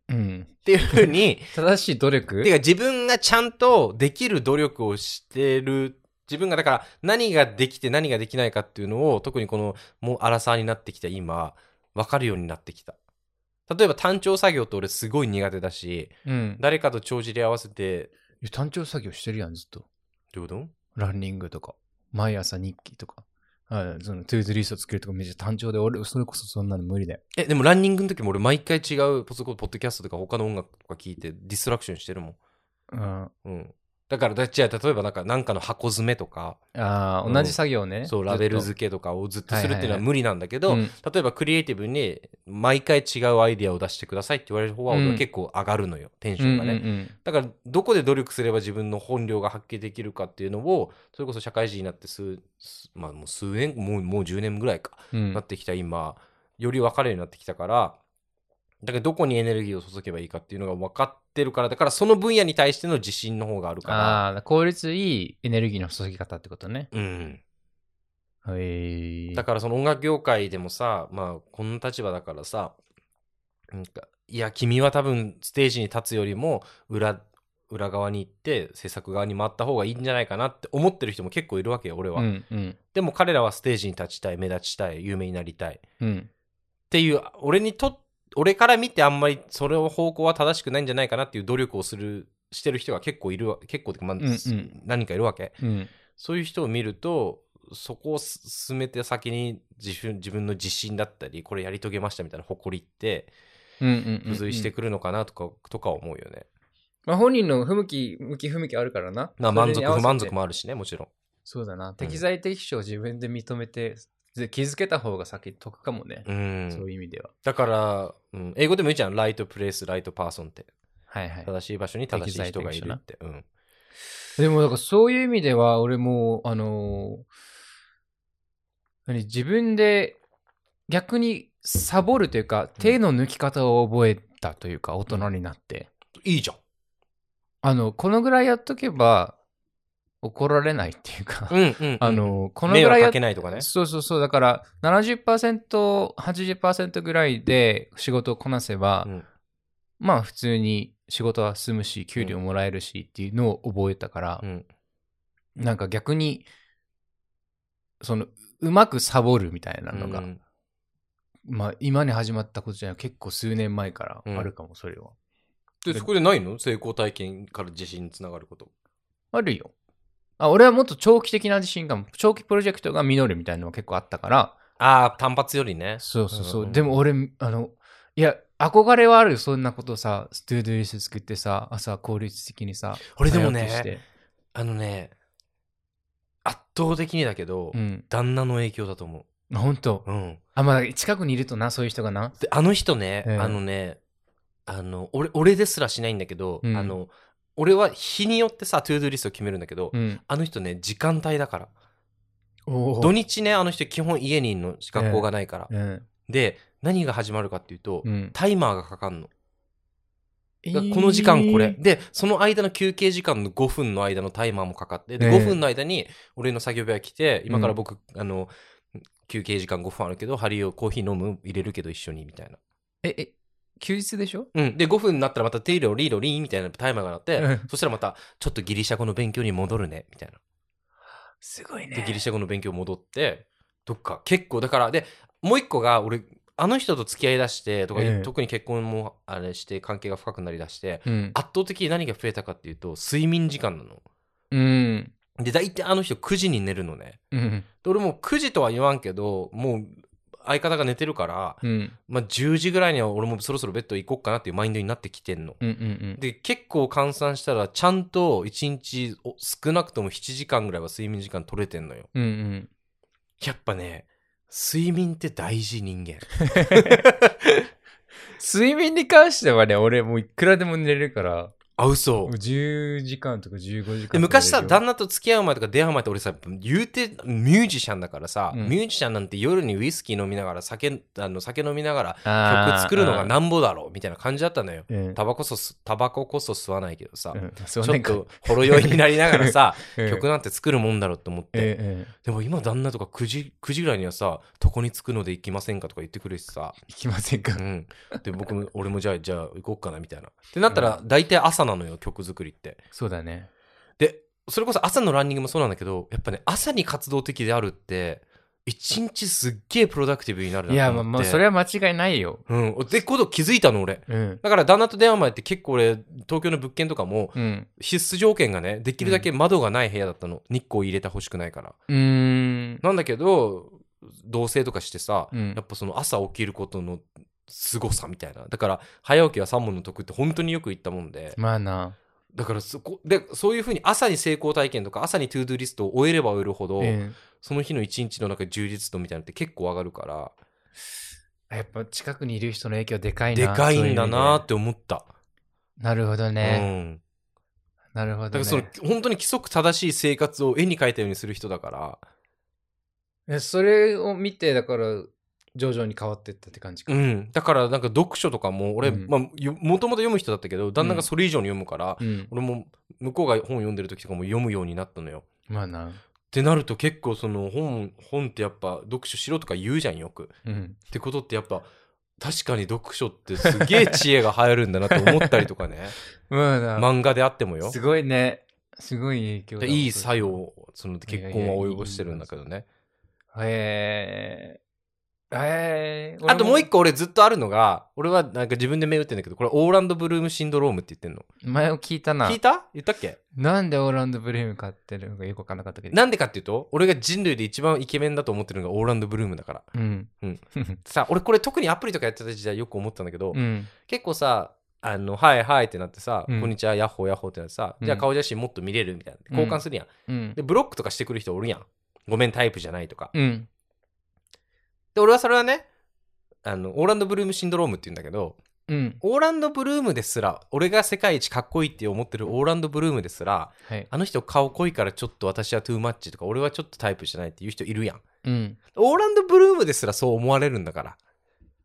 Speaker 2: うん。
Speaker 1: っていうふうに
Speaker 2: 正しい努力
Speaker 1: てか自分がちゃんとできる努力をしてる自分がだから何ができて何ができないかっていうのを特にこのもうアラサーになってきた今分かるようになってきた例えば単調作業って俺すごい苦手だし
Speaker 2: うん。
Speaker 1: 誰かと帳尻合わせて
Speaker 2: いや単調作業してるやん、ずっと。
Speaker 1: どういうこと
Speaker 2: ランニングとか、毎朝日記とか、あそのトゥーズリスト作るとかめっちゃ単調で、俺、それこそそんなの無理だよ。
Speaker 1: えでもランニングの時も俺毎回違うポスコポッドキャストとか他の音楽とか聞いてディストラクションしてるもん
Speaker 2: うん、あ
Speaker 1: うん。だから、だじゃあ例えばなんか、なんかの箱詰めとか、
Speaker 2: あー、同じ作業ね。
Speaker 1: そう、ラベル
Speaker 2: ずっ
Speaker 1: 付けとかをずっとするっていうの
Speaker 2: はいはい
Speaker 1: は
Speaker 2: はい
Speaker 1: 無理なんだけ
Speaker 2: と
Speaker 1: ど、例えばクリエイティブに毎回違うアイディアを出してくださいって言われる方は、
Speaker 2: うん
Speaker 1: 俺は結構上がるのよ、テンシ
Speaker 2: う
Speaker 1: ョン
Speaker 2: ん
Speaker 1: が
Speaker 2: う
Speaker 1: ね。
Speaker 2: んうん
Speaker 1: だから、どこで努力すれば自分の本領が発揮できるかっていうのを、それこそ社会人になって数、数まあもう数年、もうもう10年ぐらいか、
Speaker 2: うん
Speaker 1: なってきた今、より分かるようになってきたから、だからどこにエネルギーを注げばいいかっていうのが分かってるから、だからその分野に対しての自信の方があるから、
Speaker 2: ああ、効率いいエネルギーの注ぎ方ってことね。
Speaker 1: うん。
Speaker 2: はい。
Speaker 1: だからその音楽業界でもさ、まあ、この立場だからさ、なんか、いや、君は多分ステージに立つよりも裏、裏側に行って制作側に回った方がいいんじゃないかなって思ってる人も結構いるわけよ、俺は。
Speaker 2: うんうん
Speaker 1: でも彼らはステージに立ちたい、目立ちたい、有名になりたい。っ
Speaker 2: うん。
Speaker 1: ていう、俺にとっ、俺から見てあんまりそれの方向は正しくないんじゃないかなっていう努力をする、してる人が結構いるわ、結構てか、まあ
Speaker 2: んうん
Speaker 1: 何人かいるわけ。
Speaker 2: うん。
Speaker 1: そういう人を見ると、そこをす進めて先に自分自分の自信だったり、これやり遂げましたみたいな誇りって、
Speaker 2: うんうん。
Speaker 1: 付随してくるのかなとか、とか思うよね。
Speaker 2: まあ本人の不向き、向き不向きあるからな。
Speaker 1: まあ満足、不満足
Speaker 2: も。
Speaker 1: もあるしね、もちろん。
Speaker 2: そうだな。適材適所を自分で認めて、で気づけた方が先得かもね。
Speaker 1: う
Speaker 2: そ
Speaker 1: ん。
Speaker 2: ういう意味では。
Speaker 1: だから、うん、英語でもいいじゃん。ライトプレイス、ライトパーソンって。
Speaker 2: はいはい。
Speaker 1: 正しい場所に正しい人がいるって。うん。
Speaker 2: でも、だからそういう意味では、俺も、あのー何、自分で逆にサボるというか、手の抜き方を覚えたというか、大人になって。
Speaker 1: いいじゃん。
Speaker 2: あの、このぐらいやっとけば怒られないっていうか、
Speaker 1: うんうん、うん。
Speaker 2: あのー、このぐ
Speaker 1: 迷
Speaker 2: ら
Speaker 1: 惑
Speaker 2: いや
Speaker 1: か
Speaker 2: っ
Speaker 1: けないとかね。
Speaker 2: そうそうそう、だから70%、80%ぐらいで仕事をこなせば、
Speaker 1: うん
Speaker 2: まあ普通に仕事は済むし、給料もらえるしっていうのを覚えたから
Speaker 1: う、ん。
Speaker 2: なんか逆に、その、うまくサボるみたいなのが、
Speaker 1: うん
Speaker 2: まあ今に始まったことじゃない、結構数年前からあるかも、それは。
Speaker 1: で、そこでないの成功体験から自信につながること。
Speaker 2: あるよ。あ、俺はもっと長期的な自信かも。長期プロジェクトが実るみたいなのは結構あったから、
Speaker 1: ああ、単発よりね。
Speaker 2: そうそうそう。
Speaker 1: うんうん
Speaker 2: でも俺、あの、いや、憧れはあるよそんなことさ、ストゥードゥリスト作ってさ、朝効率的にさ、
Speaker 1: 俺でもね
Speaker 2: 早起きして
Speaker 1: あのね、圧倒的にだけど、
Speaker 2: うん。
Speaker 1: 旦那の影響だと思
Speaker 2: 本当
Speaker 1: う。うん。
Speaker 2: あ、まあ近くにいるとな、そういう人がな。
Speaker 1: で、あの人ね、
Speaker 2: ええ
Speaker 1: あのね、あの、俺、俺ですらしないんだけど、
Speaker 2: うん
Speaker 1: あの、俺は日によってさ、トゥードゥリストを決めるんだけど、
Speaker 2: うん。
Speaker 1: あの人ね、時間帯だから。
Speaker 2: お
Speaker 1: 土日ね、あの人基本家にいるの、学校がないから。
Speaker 2: うん。
Speaker 1: で、何が始まるかっていうと、
Speaker 2: うん。
Speaker 1: タイマーがかかんの。
Speaker 2: え
Speaker 1: だからこの時間これ。。で、その間の休憩時間の5分の間のタイマーもかかって、で
Speaker 2: ええ
Speaker 1: 5分の間に俺の作業部屋来て、今から僕、あの、休憩時間5分あるけど、ハリーをコーヒー飲む、入れるけど一緒に、みたいな。
Speaker 2: え、え、休日でしょ
Speaker 1: うん。で、5分になったらまた、テイロリーロリーみたいなタイマーが鳴っ
Speaker 2: う
Speaker 1: て
Speaker 2: ん、
Speaker 1: そしたらまた、ちょっとギリシャ語の勉強に戻るね、みたいな。
Speaker 2: すごい
Speaker 1: で、ギリシャ語の勉強戻って、どっか、結構、だから、で、もう一個が、俺、あの人と付き合いだして、とか、
Speaker 2: ええ
Speaker 1: 特に結婚もあれして、関係が深くなりだして、
Speaker 2: うん。
Speaker 1: 圧倒的に何が増えたかっていうと、睡眠時間なの。
Speaker 2: うん。
Speaker 1: で、大体あの人9時に寝るのね。
Speaker 2: うん。
Speaker 1: で、俺もう9時とは言わんけど、もう相方が寝てるから、
Speaker 2: うん。
Speaker 1: まあ10時ぐらいには俺もそろそろベッド行こっかなっていうマインドになってきてんの。
Speaker 2: うん。うん。
Speaker 1: で、結構換算したら、ちゃんと1日お少なくとも7時間ぐらいは睡眠時間取れてんのよ。
Speaker 2: うん。うん。
Speaker 1: やっぱね、睡眠って大事人間。
Speaker 2: 睡眠に関してはね、俺もういくらでも寝れるから、
Speaker 1: あ、嘘。
Speaker 2: 10時間とか15時間とか
Speaker 1: で昔さ
Speaker 2: 寝れるよ
Speaker 1: 旦那と付き合う前とか出会う前って俺さ言うてミュージシャンだからさ、
Speaker 2: うん
Speaker 1: ミュージシャンなんて夜にウイスキー飲みながら酒あの酒飲みながら
Speaker 2: あー
Speaker 1: 曲作るのがなんぼだろうみたいな感じだったのよ
Speaker 2: うん
Speaker 1: タバコそ吸タバコこそ吸わないけどさ、
Speaker 2: うんそう
Speaker 1: ち
Speaker 2: な
Speaker 1: ょ
Speaker 2: ん
Speaker 1: っ
Speaker 2: か
Speaker 1: とほろ酔いになりながらさ
Speaker 2: うん
Speaker 1: 曲なんて作るもんだろうと思って、
Speaker 2: ええ
Speaker 1: でも今旦那とか9時 ,9 時ぐらいにはさ「床に着くので行きませんか?」とか言ってくるしさ、
Speaker 2: 行きませんか
Speaker 1: う。ん、で僕も俺もじゃあじゃあ行こうかなみたいなってなったら大体朝なのよ曲作りって。
Speaker 2: そうだね。
Speaker 1: でそれこそ朝のランニングもそうなんだけどやっぱね朝に活動的であるって一日すっげえプロダクティブになる
Speaker 2: い
Speaker 1: な
Speaker 2: や、
Speaker 1: と
Speaker 2: まあ、
Speaker 1: 思っ
Speaker 2: ま
Speaker 1: て
Speaker 2: あ、それは間違いないよ。
Speaker 1: うんでこと気づいたの俺
Speaker 2: うん。
Speaker 1: だから旦那と電話前って結構俺東京の物件とかも
Speaker 2: うん。
Speaker 1: 必須条件がねできるだけ窓がない部屋だったの、日光入れてほしくないから
Speaker 2: うーん。
Speaker 1: なんだけど同棲とかしてさ、
Speaker 2: うん
Speaker 1: やっぱその朝起きることの凄さみたいなだから早起きは三問の得って本当によく言ったもんで
Speaker 2: まあな。
Speaker 1: だからそこでそういうふうに朝に成功体験とか朝にトゥードゥリストを終えれば終えるほど、
Speaker 2: え
Speaker 1: その日の一日の中で充実度みたいなのって結構上がるから
Speaker 2: えやっぱ近くにいる人の影響でかい
Speaker 1: で
Speaker 2: な。
Speaker 1: かいんだなー
Speaker 2: そういう意味
Speaker 1: って思った
Speaker 2: でなるほど
Speaker 1: う
Speaker 2: ね。
Speaker 1: ん、
Speaker 2: なる
Speaker 1: だ
Speaker 2: ほ
Speaker 1: か
Speaker 2: ど
Speaker 1: らその
Speaker 2: ね。
Speaker 1: 本当に規則正しい生活を絵に描いたようにする人だから
Speaker 2: えそれを見て、だから、徐々に変わってったって感じか。
Speaker 1: うんだからなんか読書とかも俺、
Speaker 2: うん
Speaker 1: まあ、よもともと読む人だったけど旦那がそれ以上に読むから、
Speaker 2: うん。
Speaker 1: 俺も向こうが本読んでる時とかも読むようになったのよ
Speaker 2: まあな。
Speaker 1: ってなると結構その本本ってやっぱ読書しろとか言うじゃんよく
Speaker 2: うん。
Speaker 1: ってことってやっぱ確かに読書ってすげえ知恵が入るんだなと思ったりとか ね
Speaker 2: まあな。
Speaker 1: 漫画であってもよ
Speaker 2: すごいね。すごい影響だわ
Speaker 1: いい作用。をその
Speaker 2: いやい
Speaker 1: 結
Speaker 2: や
Speaker 1: 婚は及ぼしてるんだけどね
Speaker 2: へえ。へえ。
Speaker 1: あともう
Speaker 2: 俺
Speaker 1: 一個俺ずっとあるのが俺はなんか自分で目打ってんだけどこれオーランド・ブルームシンドロームって言ってんの
Speaker 2: 前を聞いたな
Speaker 1: 聞い。た言ったっけ
Speaker 2: なんでオーランド・ブルーム買ってるのかよくわかんなかったけど。
Speaker 1: なんでかっていうと俺が人類で一番イケメンだと思ってるのがオーランド・ブルームだから
Speaker 2: うん。
Speaker 1: さ俺これ特にアプリとかやってた時代よく思ったんだけど、
Speaker 2: うん。
Speaker 1: 結構さあの、はいはいってなってさ、
Speaker 2: うん
Speaker 1: こんにちは、ヤッホーヤッホーってなってさ、
Speaker 2: うん
Speaker 1: じゃあ顔写真もっと見れるみたいな。
Speaker 2: うん
Speaker 1: 交換するやん。
Speaker 2: うん
Speaker 1: で、ブロックとかしてくる人おるやん。ごめん、タイプじゃないとか。
Speaker 2: うん。
Speaker 1: で、俺はそれはね、あの、オーランド・ブルームシンドロームって言うんだけど、
Speaker 2: うん。
Speaker 1: オーランド・ブルームですら、俺が世界一かっこいいって思ってるオーランド・ブルームですら、
Speaker 2: はい。
Speaker 1: あの人顔濃いからちょっと私はトゥーマッチとか、俺はちょっとタイプじゃないっていう人いるやん。
Speaker 2: うん。
Speaker 1: オーランド・ブルームですらそう思われるんだ から。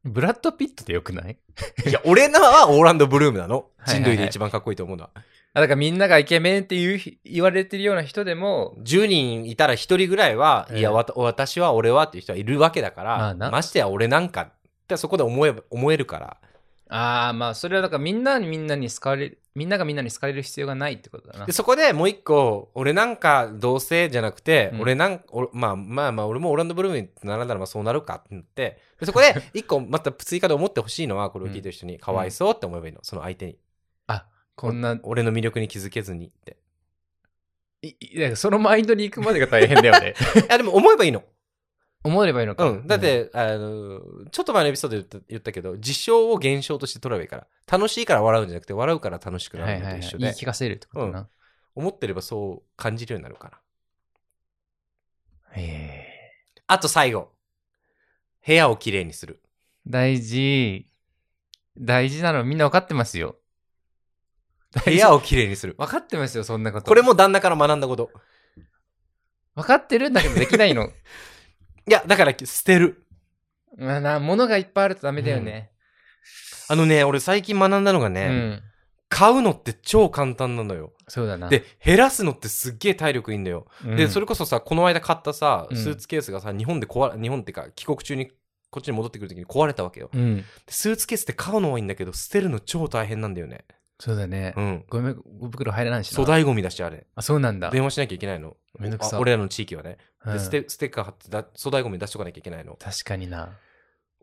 Speaker 2: ブラッド・ピットでよくない
Speaker 1: いや、俺らはオーランド・ブルームなの。
Speaker 2: はいはいはい
Speaker 1: 人類で一番かっこいいと思うのは。
Speaker 2: あだからみんながイケメンって言うひ言われてるような人でも、
Speaker 1: 10人いたら1人ぐらいは、
Speaker 2: ええ
Speaker 1: いや、わた私は、俺はっていう人はいるわけだか
Speaker 2: ま
Speaker 1: ら、
Speaker 2: あな
Speaker 1: ましてや俺なんかってそこで思えば思えるから。
Speaker 2: ああ、まあそれはだからみんなにみんなに好かれる、みんながみんなに好かれる必要がないってことだな
Speaker 1: で、。そこでもう一個、俺なんか同性じゃなくて、
Speaker 2: うん
Speaker 1: 俺なんおまあまあまあ、俺もオーランド・ブルームにならならまあそうなるかってなって、でそこで一個また追加で思ってほしいのは、これを聞いてる人に、かわいそうって思えばいいの。その相手に。
Speaker 2: あ、こんな、
Speaker 1: 俺の魅力に気づけずにって。
Speaker 2: いいだからそのマインドに行くまでが大変だ よね。
Speaker 1: いや、でも思えばいいの。
Speaker 2: 思えばいいのか。
Speaker 1: うん。だっ、て、あの、ちょっと前のエピソードで言った言ったけど、事象を現象として取ればいいから。楽しいから笑うんじゃなくて、笑うから楽しくな
Speaker 2: はい
Speaker 1: る
Speaker 2: はい
Speaker 1: の
Speaker 2: は
Speaker 1: と
Speaker 2: い、
Speaker 1: 一緒
Speaker 2: 言い
Speaker 1: で、
Speaker 2: 聞かせるってことだな。
Speaker 1: 思ってればそう感じるようになるから。
Speaker 2: へえ
Speaker 1: あと最後。部屋をきれいにする。
Speaker 2: 大事。大事なのみんな分かってますよ。
Speaker 1: 部屋をきれいにする。
Speaker 2: 分かってますよ、そんなこと。
Speaker 1: これも旦那から学んだこと。
Speaker 2: 分かってるんだけどできないの。
Speaker 1: いや、だから捨てる。
Speaker 2: まあな、物がいっぱいあるとダメだよね。
Speaker 1: あのね、俺最近学んだのがね
Speaker 2: う、ん。
Speaker 1: 買うのって超簡単なのよ。
Speaker 2: そうだな。
Speaker 1: で、減らすのってすっげえ体力いいんだよ。
Speaker 2: うん、
Speaker 1: で、それこそさ、この間買ったさ、
Speaker 2: うん
Speaker 1: スーツケースがさ、日本で壊れ、日本ってか、帰国中にこっちに戻ってくるときに壊れたわけよ。
Speaker 2: うん。
Speaker 1: でスーツケースって買うのはいいんだけど、捨てるの超大変なんだよね。
Speaker 2: そうだね。
Speaker 1: うん。
Speaker 2: ごめん、ご袋入らないしな。
Speaker 1: 粗大ゴミだし、あれ。
Speaker 2: あ、そうなんだ。
Speaker 1: 電話しなきゃいけないの。
Speaker 2: めんどくさ
Speaker 1: あ俺らの地域はね。
Speaker 2: う
Speaker 1: で、
Speaker 2: ん
Speaker 1: ステステッカー貼ってだ、粗大ゴミ出しとかなきゃいけないの。
Speaker 2: 確かにな。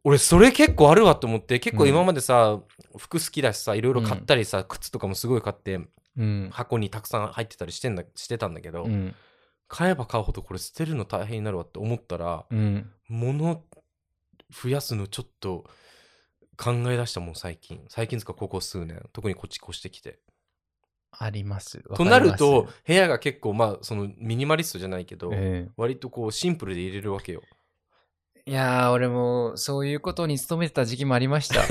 Speaker 1: 俺、それ結構あるわと思って、結構
Speaker 2: うん
Speaker 1: 今までさ、服好きだしさ、いろいろ買ったりさ、靴とかもすごい買って、
Speaker 2: うん。
Speaker 1: 箱にたくさん入ってたりしてんだ、してたんだけど、
Speaker 2: うん。
Speaker 1: 買えば買うほどこれ捨てるの大変になるわって思ったら、
Speaker 2: うん。
Speaker 1: 物増やすのちょっと考え出したもん最近最近ですかここ数年特にこっち越してきて
Speaker 2: あります。わか
Speaker 1: と
Speaker 2: り
Speaker 1: な
Speaker 2: ます
Speaker 1: ると、部屋が結構まあそのミニマリストじゃないけど、
Speaker 2: え
Speaker 1: 割とこうシンプルで入れるわけよ
Speaker 2: えいやー、俺もそういうことに勤めてた時期もありました。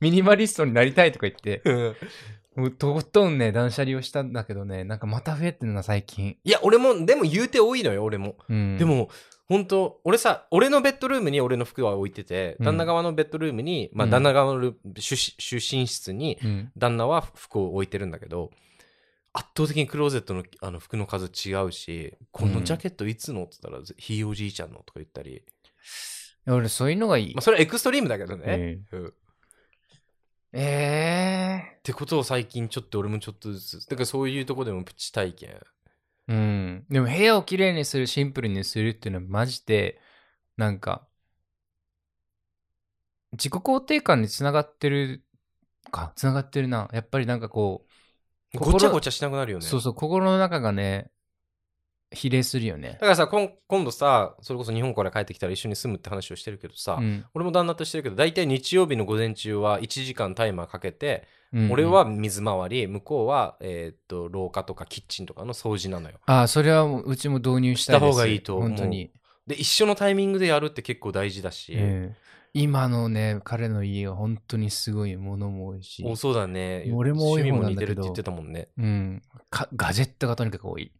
Speaker 2: ミニマリストになりたいとか言って、もうとことんね、断捨離をしたんだけどね、なんかまた増えてるな、最近。
Speaker 1: いや俺もでも言うて多いのよ俺も、
Speaker 2: うん。
Speaker 1: で、も本当俺さ俺のベッドルームに俺の服は置いてて、
Speaker 2: うん
Speaker 1: 旦那側のベッドルームに、まあ、
Speaker 2: うん
Speaker 1: 旦那側のル出出身室に
Speaker 2: うん。
Speaker 1: 旦那は服を置いてるんだけど圧倒的にクローゼットのあの服の数違うし「このジャケットいつの?」って言ったら「ひいおじいちゃんの」とか言ったり、
Speaker 2: 俺、そういうのがいい。
Speaker 1: まあ、それはエクストリームだけどね。
Speaker 2: え
Speaker 1: うんっ
Speaker 2: ええ
Speaker 1: てことを最近ちょっと俺もちょっとずつだからそういうとこでもプチ体験
Speaker 2: えうん。でも、部屋をきれいにする、シンプルにするっていうのは、マジで、なんか、自己肯定感につながってるか、つながってるな。やっぱりなんかこう、心
Speaker 1: ごちゃごちゃしなくなるよね
Speaker 2: そうそう、心の中がね、比例するよね
Speaker 1: だ。からさこん今度さそれこそ日本から帰ってきたら一緒に住むって話をしてるけどさ、
Speaker 2: うん
Speaker 1: 俺も旦那としてるけど大体日曜日の午前中は1時間タイマーかけて、
Speaker 2: うん
Speaker 1: 俺は、水回り向こうは、えーっと廊下とかキッチンとかの掃除なのよ
Speaker 2: ああ、それはもううちも導入したいです
Speaker 1: した方がいいと思う
Speaker 2: 本当に。
Speaker 1: で一緒のタイミングでやるって結構大事だし、
Speaker 2: ええ今のね、彼の家は本当にすごいものも多いし、
Speaker 1: おそうだね
Speaker 2: 俺も多
Speaker 1: 趣
Speaker 2: い
Speaker 1: 味
Speaker 2: 方
Speaker 1: も
Speaker 2: なん
Speaker 1: 似
Speaker 2: だ
Speaker 1: てるって
Speaker 2: けど
Speaker 1: 言ってたもんね
Speaker 2: うんか。ガジェットがとにかく多い。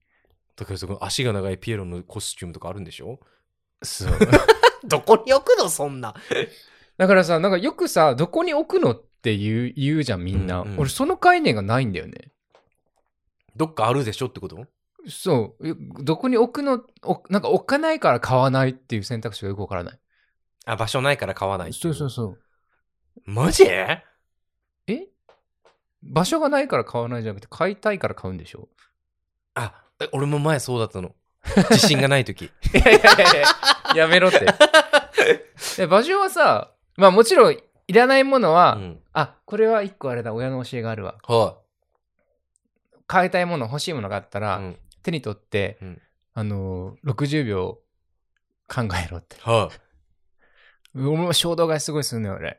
Speaker 1: だからそこ足が長いピエロのコスチュームとかあるんでし ょ
Speaker 2: そう。
Speaker 1: どこに置くのそんな
Speaker 2: だからさ、なんかよくさ、どこに置くのって言う言うじゃん、みんな、
Speaker 1: うんうん
Speaker 2: 俺、その概念がないんだよね。
Speaker 1: どっかあるでしょってこと
Speaker 2: そう。よどこに置くの、おなんか置かないから買わないっていう選択肢がよくわからない。
Speaker 1: あ場所ないから買わないってい
Speaker 2: そうそうそう。
Speaker 1: マジ
Speaker 2: え場所がないから買わないじゃなくて買いたいから買うんでしょ
Speaker 1: あえ俺も前そうだったの自信がない時
Speaker 2: やめろって。 で場所はさ、まあもちろんいらないもの
Speaker 1: う
Speaker 2: は、
Speaker 1: ん
Speaker 2: あ、これは一個あれだ、親の教えがあるわ。
Speaker 1: は
Speaker 2: 買いたいもの、欲しいものがあった
Speaker 1: い、
Speaker 2: ら、
Speaker 1: うん
Speaker 2: 手に取って、
Speaker 1: うん
Speaker 2: あのー、60秒考えろって。
Speaker 1: はい
Speaker 2: 俺も衝動買いすごいするのよ、俺。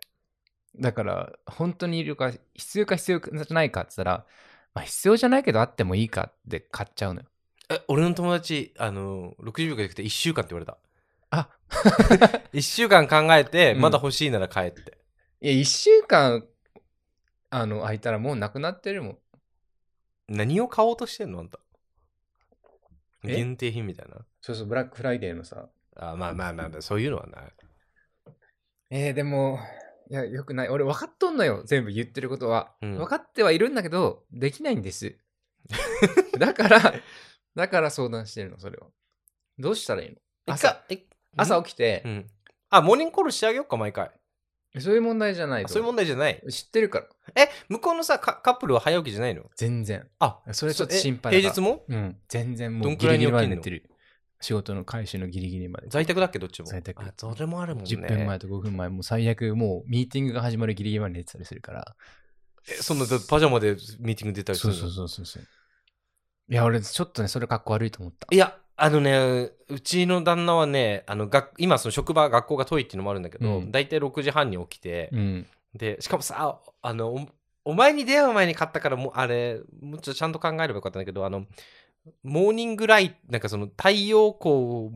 Speaker 2: だから、本当にいるか、必要か必要じゃないかって言ったら、まあ、必要じゃないけどあってもいいかって買っちゃうのよ。
Speaker 1: え俺の友達、あの、60秒がなくて1週間って言われた。
Speaker 2: あ
Speaker 1: 1週間考えて、
Speaker 2: うん
Speaker 1: まだ欲しいなら買えって。
Speaker 2: いや、1週間、あの、空いたらもうなくなってるもん。
Speaker 1: 何を買おうとしてんのあんた。
Speaker 2: え
Speaker 1: 限定品みたいな。
Speaker 2: そうそう、ブラックフライデーのさ。
Speaker 1: あまあまあまあまあ、そういうのはない。
Speaker 2: えー、でも、いや、よくない。俺分かっとんのよ、全部言ってることは。
Speaker 1: うん
Speaker 2: 分かってはいるんだけど、できないん です。だから、だから相談してるの、それを。どうしたらいいの朝、
Speaker 1: え、
Speaker 2: 朝起きて
Speaker 1: う、ん。あ、モーニングコールしてあげようか、毎回。
Speaker 2: そういう問題じゃない
Speaker 1: あ
Speaker 2: と。
Speaker 1: そういう問題じゃない。
Speaker 2: 知ってるから。
Speaker 1: え、向こうのさ、カカップルは早起きじゃないの
Speaker 2: 全然。
Speaker 1: あ、
Speaker 2: それちょっと
Speaker 1: え
Speaker 2: 心配だ
Speaker 1: 平日も
Speaker 2: うん。全然
Speaker 1: ど
Speaker 2: もうん
Speaker 1: く
Speaker 2: ギ
Speaker 1: ら
Speaker 2: リ
Speaker 1: いに起
Speaker 2: ギリ
Speaker 1: きんの
Speaker 2: まで寝てる。仕事の開始のギリギリまで。
Speaker 1: 在宅だっけ、どっちも。
Speaker 2: 在宅
Speaker 1: あ、それもあるもんね。
Speaker 2: 10分前と5分前、もう最悪、もうミーティングが始まるギリギリまで寝てたりするから。
Speaker 1: えそんな、だってパジャマでミーティング出たりす
Speaker 2: そう
Speaker 1: る
Speaker 2: そう
Speaker 1: の
Speaker 2: そうそうそう。いや、俺、ちょっとね、それかっこ悪いと思った。
Speaker 1: いや、あのね、うちの旦那はね、あの学今、その職場、学校が遠いっていうのもあるんだけど、
Speaker 2: うん
Speaker 1: 大体6時半に起きて、
Speaker 2: うん。
Speaker 1: で、しかもさ、あの、おお前に出会う前に買ったから、もう、あれ、もうちょっとちゃんと考えればよかったんだけど、あの、モーニングライト、なんかその太陽光を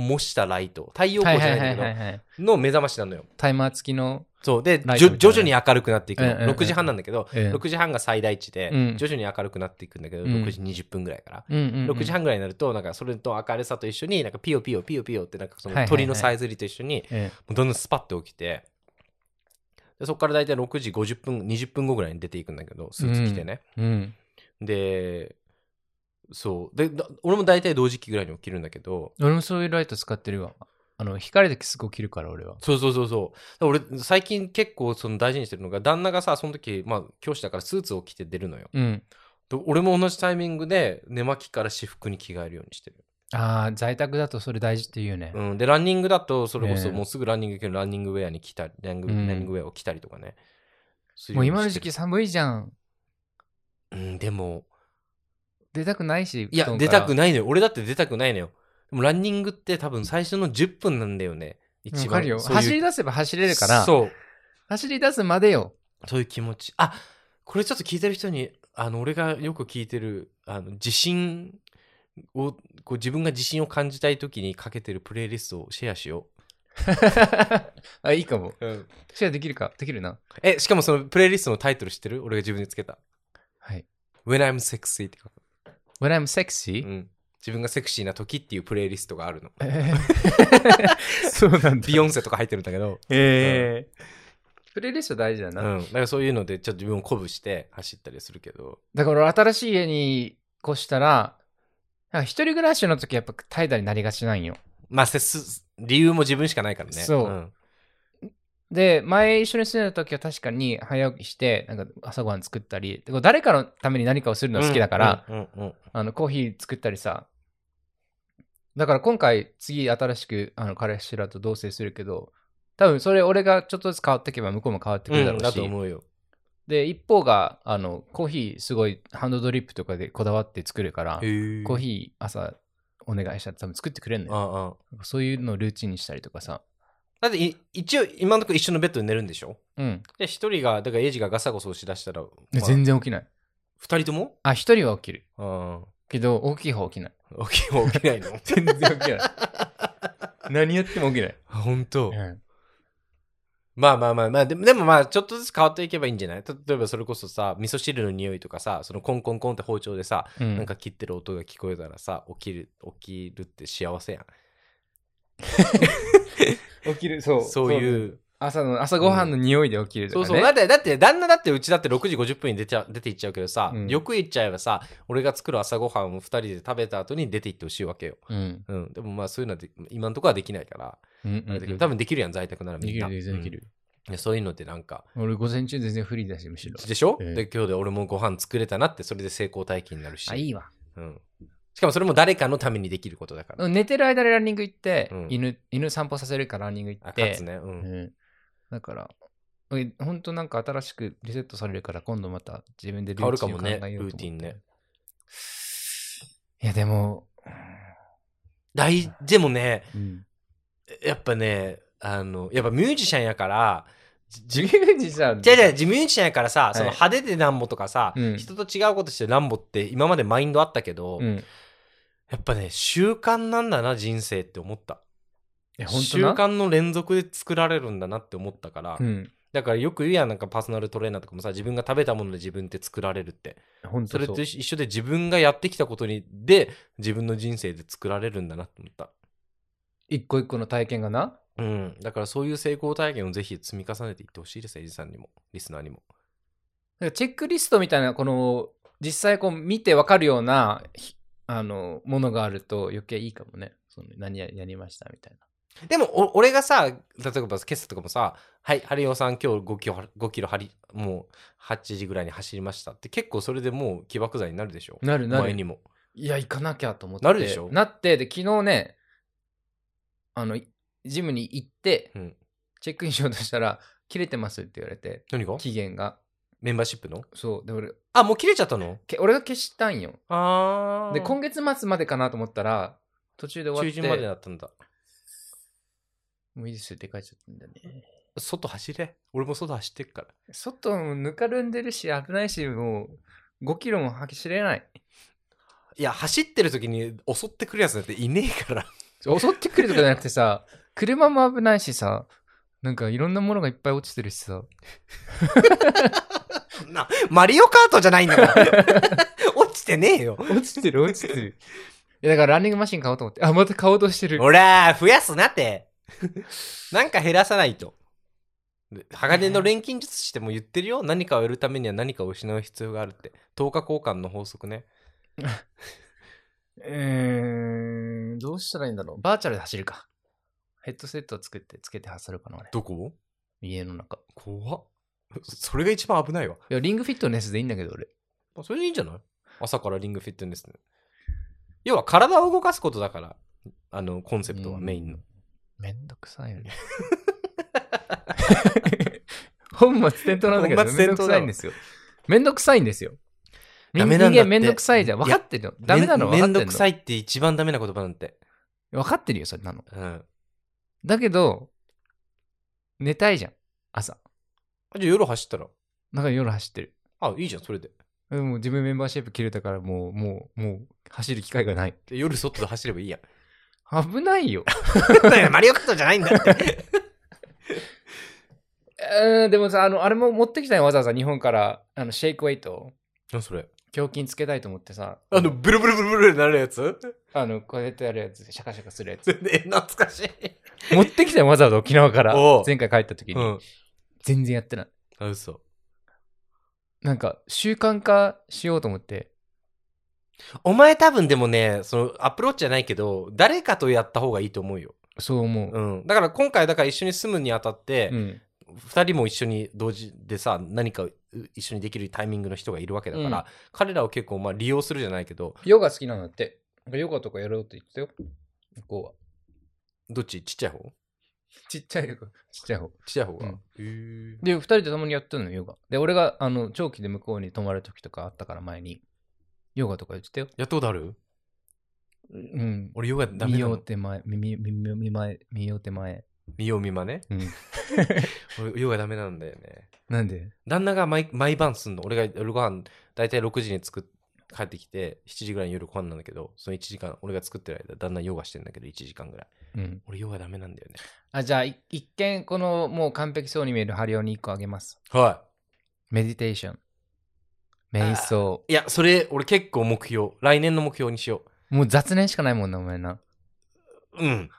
Speaker 1: 模したライト、太陽
Speaker 2: は
Speaker 1: 光
Speaker 2: い
Speaker 1: じゃ
Speaker 2: は
Speaker 1: ないいん
Speaker 2: は
Speaker 1: だ
Speaker 2: い
Speaker 1: けど、
Speaker 2: はいはい。
Speaker 1: の目覚ましなのよ。
Speaker 2: タイマー付きの。
Speaker 1: そう。で、
Speaker 2: ライ
Speaker 1: じ
Speaker 2: ト
Speaker 1: ょ
Speaker 2: みたい
Speaker 1: 徐
Speaker 2: な
Speaker 1: 々に明るくなっていくの。
Speaker 2: うんうんうんうん
Speaker 1: 6時半なんだけど、
Speaker 2: うん
Speaker 1: 6時半が最大値で、
Speaker 2: うん
Speaker 1: 徐々に明るくなっていくんだけど、
Speaker 2: うん
Speaker 1: 6時20分ぐらいから。
Speaker 2: うんうんうん
Speaker 1: 6時半ぐらいになると、なんかそれと明るさと一緒に、なんかピヨピヨピヨピヨって、なんかそ
Speaker 2: はいはい
Speaker 1: の
Speaker 2: はい
Speaker 1: 鳥のさえずりと一緒に、
Speaker 2: え
Speaker 1: もうどんどんスパッて起きて、でそこから大体6時50分、20分後ぐらいに出ていくんだけど、スーツ着てね。
Speaker 2: えうん。
Speaker 1: で、そう。で、だ俺も大体同時期ぐらいに起きるんだけど、
Speaker 2: 俺もそういうライト使ってるわ。あの、光だけすぐ起きるから、俺は。
Speaker 1: そうそうそうそう。俺、最近結構その大事にしてるのが、旦那がさ、その時、まあ、教師だからスーツを着て出るのよ。
Speaker 2: うん。
Speaker 1: で俺も同じタイミングで、寝巻きから私服に着替えるようにしてる。
Speaker 2: ああ、在宅だとそれ大事って言うね。
Speaker 1: うん、で、ランニングだと、それこ
Speaker 2: え
Speaker 1: そ
Speaker 2: え
Speaker 1: もうすぐランニング行けるランニングウェアに着たり、ランニング
Speaker 2: うん
Speaker 1: ランニングウェアを着たりとかね。するよ
Speaker 2: もう
Speaker 1: に
Speaker 2: 今の
Speaker 1: して
Speaker 2: 時期
Speaker 1: る
Speaker 2: 寒いじゃん。
Speaker 1: うん、でも、
Speaker 2: 出たくないし。
Speaker 1: いや、
Speaker 2: 布団
Speaker 1: 出
Speaker 2: から
Speaker 1: たくないのよ。俺だって出たくないのよ。でもランニングって多分最初の10分なんだよね。一番。
Speaker 2: わかるよ。
Speaker 1: そういう
Speaker 2: 走り出せば走れるから、
Speaker 1: そう。
Speaker 2: 走り出すま でよ。
Speaker 1: そういう気持ち。あこれちょっと聞いてる人に、あの、俺がよく聞いてる、あの、自信を、こう自分が自信を感じたい時にかけてるプレイリストをシェアしよ
Speaker 2: あ、いいかも。
Speaker 1: う。
Speaker 2: シェアできるかできるな。
Speaker 1: え、しかもそのプレイリストのタイトル知ってる俺が自分でつけた。
Speaker 2: はい。
Speaker 1: When I'm sexy って書く。
Speaker 2: When I'm
Speaker 1: う
Speaker 2: sexy?
Speaker 1: ん。自分がセクシーな時っていうプレイリストがあるの。
Speaker 2: えー そうなんだ
Speaker 1: ビ。ヨンセとか入ってるんだけど。
Speaker 2: えープレイリスト大事だ
Speaker 1: う
Speaker 2: な。
Speaker 1: ん。だからそういうので、ちょっと自分を鼓舞して走ったりするけど。
Speaker 2: だから俺新しい家に越したら、なんか一人暮らしの時やっぱ怠惰になりがちなんよ。
Speaker 1: まあ、せす理由も自分しかないからね。
Speaker 2: そう
Speaker 1: うん
Speaker 2: で、前一緒に住んでた時は確かに早起きして、なんか朝ごはん作ったり、でこう誰かのために何かをするの好きだから、、
Speaker 1: うんうんうんうん
Speaker 2: あの、コーヒー作ったりさ。だから今回、次新しく、あの、彼氏らと同棲するけど、多分それ俺がちょっとずつ変わっていけば向こうも変わってくるだろ
Speaker 1: だ
Speaker 2: うし、
Speaker 1: と思うよ。
Speaker 2: で、一方が、あの、コーヒーすごいハンドドリップとかでこだわって作るから、コー
Speaker 1: ー
Speaker 2: ヒー朝お願いしたら多分作ってくれるのよ。
Speaker 1: ああああ
Speaker 2: そういうのをルーチンにしたりとかさ。
Speaker 1: だってい一応今のところ一緒のベッドで寝るんでしょ
Speaker 2: うん。
Speaker 1: で一人がだからエイジがガサゴソしだしたら、ま
Speaker 2: で
Speaker 1: あ、
Speaker 2: 全然起きない。
Speaker 1: 二人とも
Speaker 2: あ、一人は起きる。
Speaker 1: う
Speaker 2: けど、大きい方 は起きない。
Speaker 1: ん起き起きないの
Speaker 2: 全然起きない。何やっても起きない。
Speaker 1: 本当
Speaker 2: うん
Speaker 1: まあまあまあまあでもでもまあちょっとずつ変わっていけばいいんじゃない例えばそれこそさ味噌汁の匂いとかさそのコンコンコンって包丁でさ、
Speaker 2: うん
Speaker 1: なんか切ってる音が聞こえたらさ起きる起きるって幸せやん
Speaker 2: 起きる、そう。
Speaker 1: そういう
Speaker 2: 朝の、朝ごはんの匂いで起きると
Speaker 1: そう
Speaker 2: か
Speaker 1: そう。
Speaker 2: ね。
Speaker 1: だって、だって、旦那だって、うちだって6時50分に出ちゃ出て行っちゃうけどさ、
Speaker 2: うん
Speaker 1: よく行っちゃえばさ、俺が作る朝ごはんを2人で食べた後に出て行ってほしいわけよ。
Speaker 2: うん。
Speaker 1: うん。でもまあ、そういうのはで今のところはできないから、
Speaker 2: うん
Speaker 1: あれだけど
Speaker 2: うん
Speaker 1: 多分できるやん、在宅ならみんな。
Speaker 2: できる、できる、でき
Speaker 1: うん
Speaker 2: る。
Speaker 1: いやそういうのってなんか、
Speaker 2: 俺、午前中全然フリーだし、むしろ。
Speaker 1: でしょ、
Speaker 2: ええ
Speaker 1: で、今日で俺もご飯作れたなって、それで成功体験になるし。
Speaker 2: あ、いいわ。
Speaker 1: うん。しかもそれも誰かのためにできることだから。
Speaker 2: 寝てる間でランニング行って
Speaker 1: うん、
Speaker 2: 犬、犬散歩させるからランニング行
Speaker 1: あ、か
Speaker 2: って
Speaker 1: つ。ね。うん。
Speaker 2: うんだから、本当なんか新しくリセットされるから、今度また自分でル
Speaker 1: 変わ
Speaker 2: ー
Speaker 1: る
Speaker 2: チ
Speaker 1: か
Speaker 2: ンを
Speaker 1: も
Speaker 2: 考えよう
Speaker 1: ね
Speaker 2: と思
Speaker 1: ル
Speaker 2: って
Speaker 1: ーティンね。
Speaker 2: いや、でも、
Speaker 1: 大、でもね、
Speaker 2: うん
Speaker 1: やっぱね、あの、やっぱミュージシャンやから、
Speaker 2: 自由にさ、
Speaker 1: じゃじゃ自由じゃないからさ、
Speaker 2: い
Speaker 1: その派手でなんぼとかさ、
Speaker 2: うん
Speaker 1: 人と違うことしてなんぼって今までマインドあったけど、
Speaker 2: うん。
Speaker 1: やっぱね、習慣なんだな、人生って思った。
Speaker 2: え、本当
Speaker 1: 習
Speaker 2: な
Speaker 1: 慣の連続で作られるんだなって思ったから、
Speaker 2: うん。
Speaker 1: だからよく言うやん、なんかパーソナルトレーナーとかもさ、自分が食べたもので自分って作られるって。
Speaker 2: 本
Speaker 1: そ
Speaker 2: 当
Speaker 1: れ
Speaker 2: そう
Speaker 1: と。一緒で自分がやってきたことに、で、自分の人生で作られるんだなって思った。
Speaker 2: 一個一個の体験がな。
Speaker 1: うん。だからそういう成功体験をぜひ積み重ねていってほしいです、エイジさんにも、リスナーにも。
Speaker 2: なんかチェックリストみたいな、この、実際こう見てわかるような、ひあの、ものがあると余計いいかもね。その何ややりましたみたい
Speaker 1: でもお、俺がさ、例えば今朝とかもさ、はい、ハリオさん今日5キロ、5キロはり、もう8時ぐらいに走りましたって結構それでもう起爆剤になるでしょ。
Speaker 2: な。なるな
Speaker 1: 前
Speaker 2: る
Speaker 1: に。も。
Speaker 2: いや、行かなきゃと思って。
Speaker 1: なるでしょ
Speaker 2: なって、で、昨日ね、あの、ジムに行って、
Speaker 1: うん
Speaker 2: チェックインしようとしたら、切れてますって言われて、
Speaker 1: 何が
Speaker 2: 期限が。
Speaker 1: メンバーシップの
Speaker 2: そう。で、俺、
Speaker 1: あ、もう切れちゃったの
Speaker 2: け俺が消したんよ。
Speaker 1: あ
Speaker 2: で、今
Speaker 1: 月
Speaker 2: 月末までかなと思ったら、途中で終
Speaker 1: 中
Speaker 2: わって、
Speaker 1: 旬までだったんだ。
Speaker 2: もういいですよって書いちゃったんだね。
Speaker 1: 外走れ。俺も外走ってっから。
Speaker 2: 外もぬかるんでるし、危ないし、もう、5キロも走れない。
Speaker 1: いや、走ってる時に襲ってくるやつなんていねえから。
Speaker 2: 襲ってくるとかじゃなくてさ、車も危ないしさ、なんかいろんなものがいっぱい落ちてるしさ、
Speaker 1: な、マリオカートじゃないんだから。 落ちてねえよ。
Speaker 2: 落ちてる落ちてる。 いやだからランニングマシン買おうと思って。あ、また買おうとしてる。
Speaker 1: ほら、増やすなって。 なんか減らさないと。で鋼の錬金術師っても言ってるよ。何かを得るためには何かを失う必要があるって。10日交換の法則ね。
Speaker 2: えー、どうしたらいいんだろう。バーチャルで走るか。ヘッドセットを作って、つけて走るかな、俺。
Speaker 1: どこ
Speaker 2: 家の中。
Speaker 1: 怖っ。それが一番危ないわ。
Speaker 2: いや、リングフィットネスでいいんだけど、俺。
Speaker 1: まあそれでいいんじゃない朝からリングフィットネスね。要は体を動かすことだから、あの、コンセプトはメインの。
Speaker 2: めんどくさいよね。 本末転倒なんだけど、
Speaker 1: 本
Speaker 2: め
Speaker 1: 末転
Speaker 2: ん
Speaker 1: 倒
Speaker 2: どくさ
Speaker 1: だ
Speaker 2: い
Speaker 1: わ
Speaker 2: んですよ。めんどくさいんですよ。
Speaker 1: ダ
Speaker 2: 人
Speaker 1: メなんだって
Speaker 2: 間めんどくさいじゃん。分かってるよ。ダメなの
Speaker 1: め
Speaker 2: 分
Speaker 1: ん
Speaker 2: か
Speaker 1: めんど
Speaker 2: ってる
Speaker 1: く
Speaker 2: の
Speaker 1: さ。いって一番ダメな言葉なんて。
Speaker 2: 分かってるよ、それなの。
Speaker 1: うん。
Speaker 2: だけど、寝たいじゃん。朝。
Speaker 1: じゃあ夜走ったら。
Speaker 2: だから夜走ってる。
Speaker 1: あ、いいじゃん、それで。
Speaker 2: でも自分メンバーシップ切れたからもう、もう、もう、走る機会がない。
Speaker 1: で夜外で走ればいいやん。
Speaker 2: 危ないよ。
Speaker 1: マリオカートじ ゃないんだって。
Speaker 2: えーでもさ、あの、あれも持ってきたよ、わざわざ日本から、あの、シェイクウェイトを。
Speaker 1: 何それ
Speaker 2: 胸筋つけたいと思ってさ、
Speaker 1: あの、ブルブルブルブルになるやつ
Speaker 2: あの、こうやってやるやつ、シャカシャカするやつ。
Speaker 1: え、懐かしい。
Speaker 2: 持ってきたよ、わざわざ沖縄から
Speaker 1: おう。
Speaker 2: 前回帰った時に、
Speaker 1: うん。
Speaker 2: 全然やってない。
Speaker 1: あ、嘘。
Speaker 2: なんか、習慣化しようと思って。
Speaker 1: お前多分でもね、その、アプローチじゃないけど、誰かとやった方がいいと思うよ。
Speaker 2: そう思う。
Speaker 1: うん。だから今回、だから一緒に住むにあたって、
Speaker 2: うん。
Speaker 1: 2人も一緒に同時でさ何かう一緒にできるタイミングの人がいるわけだから、
Speaker 2: うん
Speaker 1: 彼らを結構まあ利用するじゃないけど
Speaker 2: ヨガ好きなんだって。なんかヨガとかやろうって言ってたよ。向こうは。
Speaker 1: どっちちっちゃい方
Speaker 2: ちっちゃいヨガ。ちっちゃい方。
Speaker 1: ちっちゃい方が、
Speaker 2: うん
Speaker 1: へえ
Speaker 2: で、二人で共にやってるのよ、ヨガ。で、俺が、あの、長期で向こうに泊まる時とかあったから前に、ヨガとか言ってたよ。
Speaker 1: やったことある
Speaker 2: うん。
Speaker 1: 俺ヨガダメ
Speaker 2: 見
Speaker 1: な
Speaker 2: よ
Speaker 1: の
Speaker 2: う手前、見よう手前、見よう手前、見よう手前。
Speaker 1: 見よう見まね
Speaker 2: うん。
Speaker 1: 俺ヨガダメなんだよね
Speaker 2: なんで
Speaker 1: 旦那が毎毎晩すんの俺が夜ご飯大体6時に作っ帰ってきて7時ぐらいに夜ご飯なんだけどその1時間俺が作ってる間旦那ヨガしてんだけど1時間ぐらい
Speaker 2: うん。
Speaker 1: 俺ヨガダメなんだよね
Speaker 2: あ、じゃあ、い一見、この、もう完璧そうに見えるハリオに一個あげます。
Speaker 1: はい
Speaker 2: メディテーション。瞑想。
Speaker 1: いやそれ俺結構目標来年の目標にしよ
Speaker 2: もう雑念しかないもんな、お前な。
Speaker 1: ううん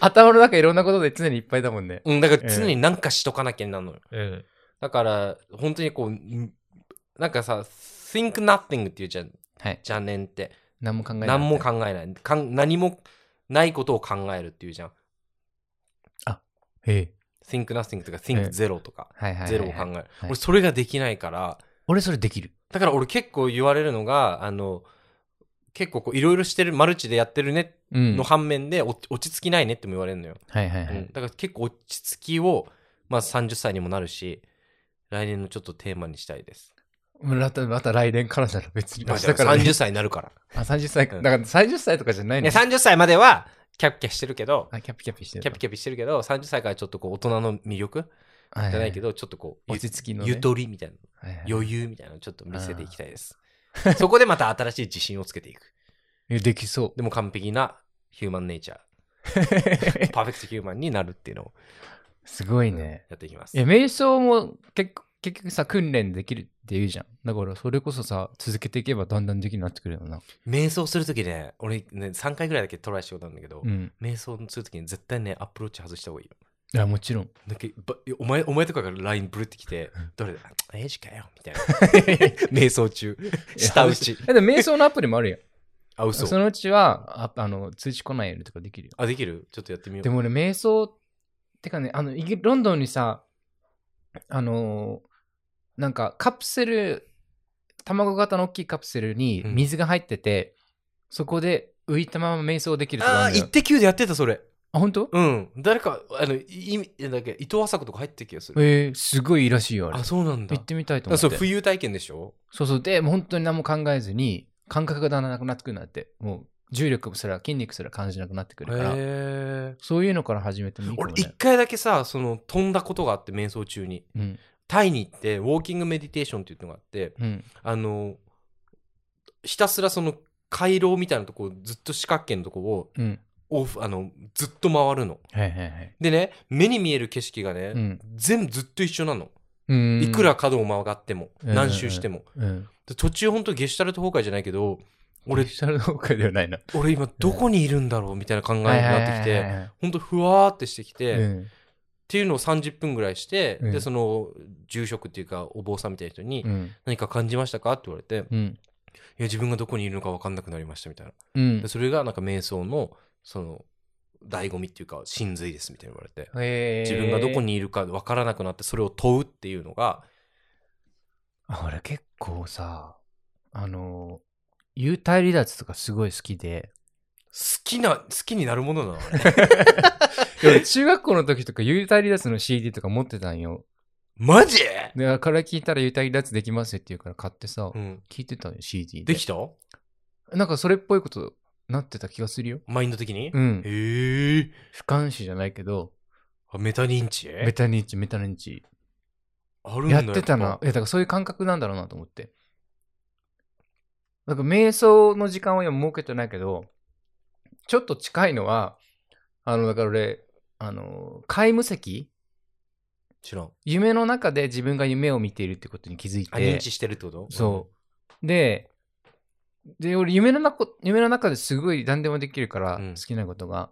Speaker 2: 頭の中いろんなことで常にいっぱいだもんね。
Speaker 1: うん、だから常になんかしとかなきゃなのよ。
Speaker 2: うん。
Speaker 1: だから、本当にこう、んなんかさ、think nothing って言うじゃん、
Speaker 2: はい。
Speaker 1: じゃねんって。
Speaker 2: 何も考えない。
Speaker 1: 何も考えないかん。何もないことを考えるっていうじゃん。
Speaker 2: ええ。
Speaker 1: think nothing とか
Speaker 2: え
Speaker 1: think
Speaker 2: え
Speaker 1: zero とか、
Speaker 2: はいはいはい。
Speaker 1: ゼロを考える。
Speaker 2: い
Speaker 1: 俺、それができないから、
Speaker 2: 俺それできる。
Speaker 1: だから俺結構言われるのが、あの、結構こういろいろしてる、マルチでやってるね
Speaker 2: うん
Speaker 1: の反面で、お落ち着きないねっても言われるのよ。
Speaker 2: はいはいは
Speaker 1: うん
Speaker 2: い。
Speaker 1: だから結構落ち着きを、まあ30歳にもなるし、来年のちょっとテーマにしたいです。
Speaker 2: また、また来年からなら別に。
Speaker 1: ま
Speaker 2: 明
Speaker 1: あ
Speaker 2: 日から、ね。
Speaker 1: 30歳になるから。
Speaker 2: あ、30歳か。
Speaker 1: うん
Speaker 2: だから30歳とかじゃない
Speaker 1: い
Speaker 2: の
Speaker 1: や30歳まではキャピキャピしてるけど、
Speaker 2: あ、キャピキャピしてる。
Speaker 1: キャピキャピしてるけど、30歳からちょっとこう大人の魅力
Speaker 2: はい
Speaker 1: じゃないけ
Speaker 2: ど、
Speaker 1: ど、ちょっとこう、ゆ
Speaker 2: 落ち着きの、ね。
Speaker 1: ゆとりみたいな、
Speaker 2: はいはい
Speaker 1: 余裕みたいなのをちょっと見せていきたいです。 そこでまた新しい自信をつけていく。
Speaker 2: いやできそ
Speaker 1: でも完璧なヒューマンネイチャ
Speaker 2: う。
Speaker 1: ー、パーフェクトヒューマンになるっていうのを
Speaker 2: すごいね。
Speaker 1: やっていきます
Speaker 2: い。や、瞑想も結構結局さ、訓練できるって言うじゃん。だから、それこそさ、続けていけばだんだんできるようになってくるよな。
Speaker 1: 瞑想するときね、俺ね、3回ぐらいだけトライしようとなんだけど、
Speaker 2: うん。
Speaker 1: 瞑想するときに絶対ね、アプローチ外した方がいいよ。
Speaker 2: いや、もちろん。
Speaker 1: なんかばお前お前とかが LINE ブルってきて、どれだ、あエイジかよみたい な。瞑想中、下打ち。
Speaker 2: え、でも瞑想のアプリもあるやん。
Speaker 1: あ、
Speaker 2: そ
Speaker 1: 嘘。
Speaker 2: のうちはあ、あの、通知来ないようにとかできるよ。
Speaker 1: あ、できるちょっとやってみよう。
Speaker 2: でも俺、瞑想ってかね、あの、イギロンドンにさ、あのーなんかカプセル、卵型の大きいカプセルに
Speaker 1: うん
Speaker 2: 水が入ってて、そこで浮いたまま瞑想できるとか
Speaker 1: あ
Speaker 2: あ
Speaker 1: あ、
Speaker 2: るのよ
Speaker 1: 一滴球でやってた、それ。
Speaker 2: あ、本当？
Speaker 1: うん。誰か、あの、いいなんだっけ、伊藤麻子とか入ってる気がする。
Speaker 2: えー、すごいいいらしいよ、あれ
Speaker 1: あ、。そうなんだ。
Speaker 2: 行ってみたいと
Speaker 1: だから
Speaker 2: 思っ
Speaker 1: そ
Speaker 2: て。
Speaker 1: れ浮遊体験でしょ
Speaker 2: そうそう。で、もう本当に何も考えずに、感覚がだんだんなくなってくるんだって。もう、重力すら、筋肉すら感じなくなってく
Speaker 1: へ
Speaker 2: るから、
Speaker 1: え。
Speaker 2: そういうのから始めてもいいかも
Speaker 1: 俺、
Speaker 2: ね。
Speaker 1: 一回だけさ、その、飛んだことがあって、瞑想中に。
Speaker 2: うん。
Speaker 1: タイに行って、ウォーキングメディテーションっていうのがあって、
Speaker 2: うん。
Speaker 1: あの、ひたすらその、回廊みたいなとこ、ずっと四角形のとこを、
Speaker 2: うん。
Speaker 1: オフ、あの、ずっと回るの。
Speaker 2: はいはいはい。
Speaker 1: でね、目に見える景色がね、
Speaker 2: うん
Speaker 1: 全部ずっと一緒なの。
Speaker 2: うん。
Speaker 1: いくら、角を曲がっても、
Speaker 2: うん
Speaker 1: 何周しても。
Speaker 2: うん。
Speaker 1: で途中本当ゲシュタルト崩壊じゃないけど俺
Speaker 2: 俺、デジタル崩壊ではないな。
Speaker 1: 俺今どこにいるんだろうみたいな考えになってき
Speaker 2: はいはい
Speaker 1: て
Speaker 2: はいはい
Speaker 1: 本当ふわーってしてきて、
Speaker 2: う
Speaker 1: っ
Speaker 2: ん
Speaker 1: ていうのを30分ぐらいして、
Speaker 2: うん
Speaker 1: でその住職っていうかお坊さんみたいな人に
Speaker 2: うん。
Speaker 1: 「何か感じましたか?」って言われて「い
Speaker 2: うん。
Speaker 1: や自分がどこにいるのか分かんなくなりました」みたいな
Speaker 2: うん
Speaker 1: で。それがなんか瞑想のその醍醐味っていうか真髄ですみたいに言われて
Speaker 2: へー
Speaker 1: 自分がどこ。にいるか分からなくなってそれを問うっていうのが
Speaker 2: あ俺結構さ、あの、幽体離脱とかすごい好きで、
Speaker 1: 好きな好きになるものな のあれ
Speaker 2: 俺中学校の時とか幽体離脱の CD とか持ってたんよ。
Speaker 1: マジ、
Speaker 2: で、から聞いたら幽体離脱できますよって言うから買ってさ、
Speaker 1: うん、
Speaker 2: 聞いてたのよ CD で。
Speaker 1: できた
Speaker 2: なんかそれっぽいことなってた気がするよ。
Speaker 1: マインド的に、
Speaker 2: うん。
Speaker 1: へえ。
Speaker 2: 不感視じゃないけど、
Speaker 1: あメタ認知
Speaker 2: メタ認知、メタ認知。
Speaker 1: あるんだ
Speaker 2: やってたな。いや、だからそういう感覚なんだろうなと思って。なんか瞑想の時間は今設けてないけど、ちょっと近いのは、あの、だから俺、あの、皆無石
Speaker 1: 知らん。
Speaker 2: 夢の中で自分が夢を見ているってことに気づいて。
Speaker 1: あ、認知してるってこと
Speaker 2: そう。で、で、俺夢の中、夢の中ですごい何でもできるから、
Speaker 1: うん
Speaker 2: 好きなことが。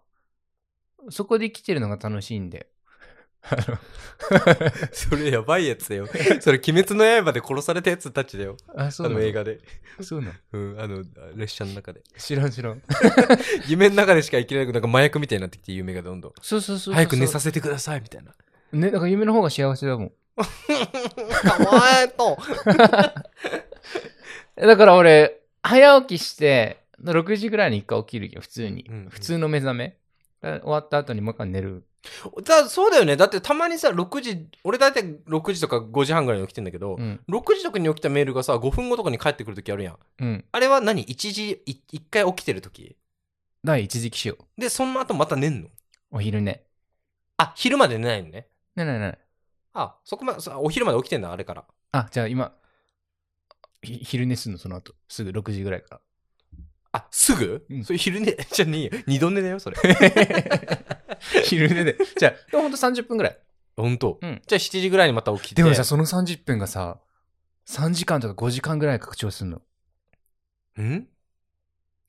Speaker 2: そこで生きてるのが楽しいん で。あ
Speaker 1: うん。 それやばいやつだよ。 それ、鬼滅の刃で殺されたやつたちだよ。
Speaker 2: のあ、そう
Speaker 1: あ
Speaker 2: な
Speaker 1: の
Speaker 2: の
Speaker 1: 映画で。
Speaker 2: そうなの
Speaker 1: うん、あの、列車の中で。
Speaker 2: 知らん知らん。
Speaker 1: 夢の中でしか生きれなく、なんか麻薬みたいになってきて、夢がどんどん。
Speaker 2: そうそうそうそう。
Speaker 1: 早く寝させてください、みたいな。
Speaker 2: ね、だから夢の方が幸せだもん。
Speaker 1: かわいと。
Speaker 2: だから俺、早起きして、6時ぐらいに一回起きるよ、普通に。
Speaker 1: うんうん
Speaker 2: 普通の目覚め。終わった後にもう一回寝る。
Speaker 1: だそうだよね。だってたまにさ、6時、俺大体6時とか5時半ぐらいに起きてんだけど、
Speaker 2: うん。
Speaker 1: 6時とかに起きたメールがさ、5分後とかに帰ってくるときあるやん。
Speaker 2: うん。
Speaker 1: あれは何 ?1 時、い一回起きてるとき
Speaker 2: 第一時起床。
Speaker 1: で、その後また寝んの
Speaker 2: お昼寝。
Speaker 1: あ、昼まで寝ないのね。
Speaker 2: ねえねえねえ。
Speaker 1: あ、そこまで、そお昼まで起きてんだ、あれから。
Speaker 2: あ、じゃあ今、ひ昼寝すんの、その後。すぐ6時ぐらいから。
Speaker 1: あ、すぐ、
Speaker 2: うん
Speaker 1: それ昼寝 じゃねえよ。二度寝だよ、 それ。
Speaker 2: 昼寝で。じゃあ、ほんと30分ぐらい。
Speaker 1: ほんと。
Speaker 2: うん
Speaker 1: じゃあ7時ぐらいにまた起きて。
Speaker 2: でもさ、その30分がさ、3時間とか5時間ぐらい拡張すんの。
Speaker 1: ん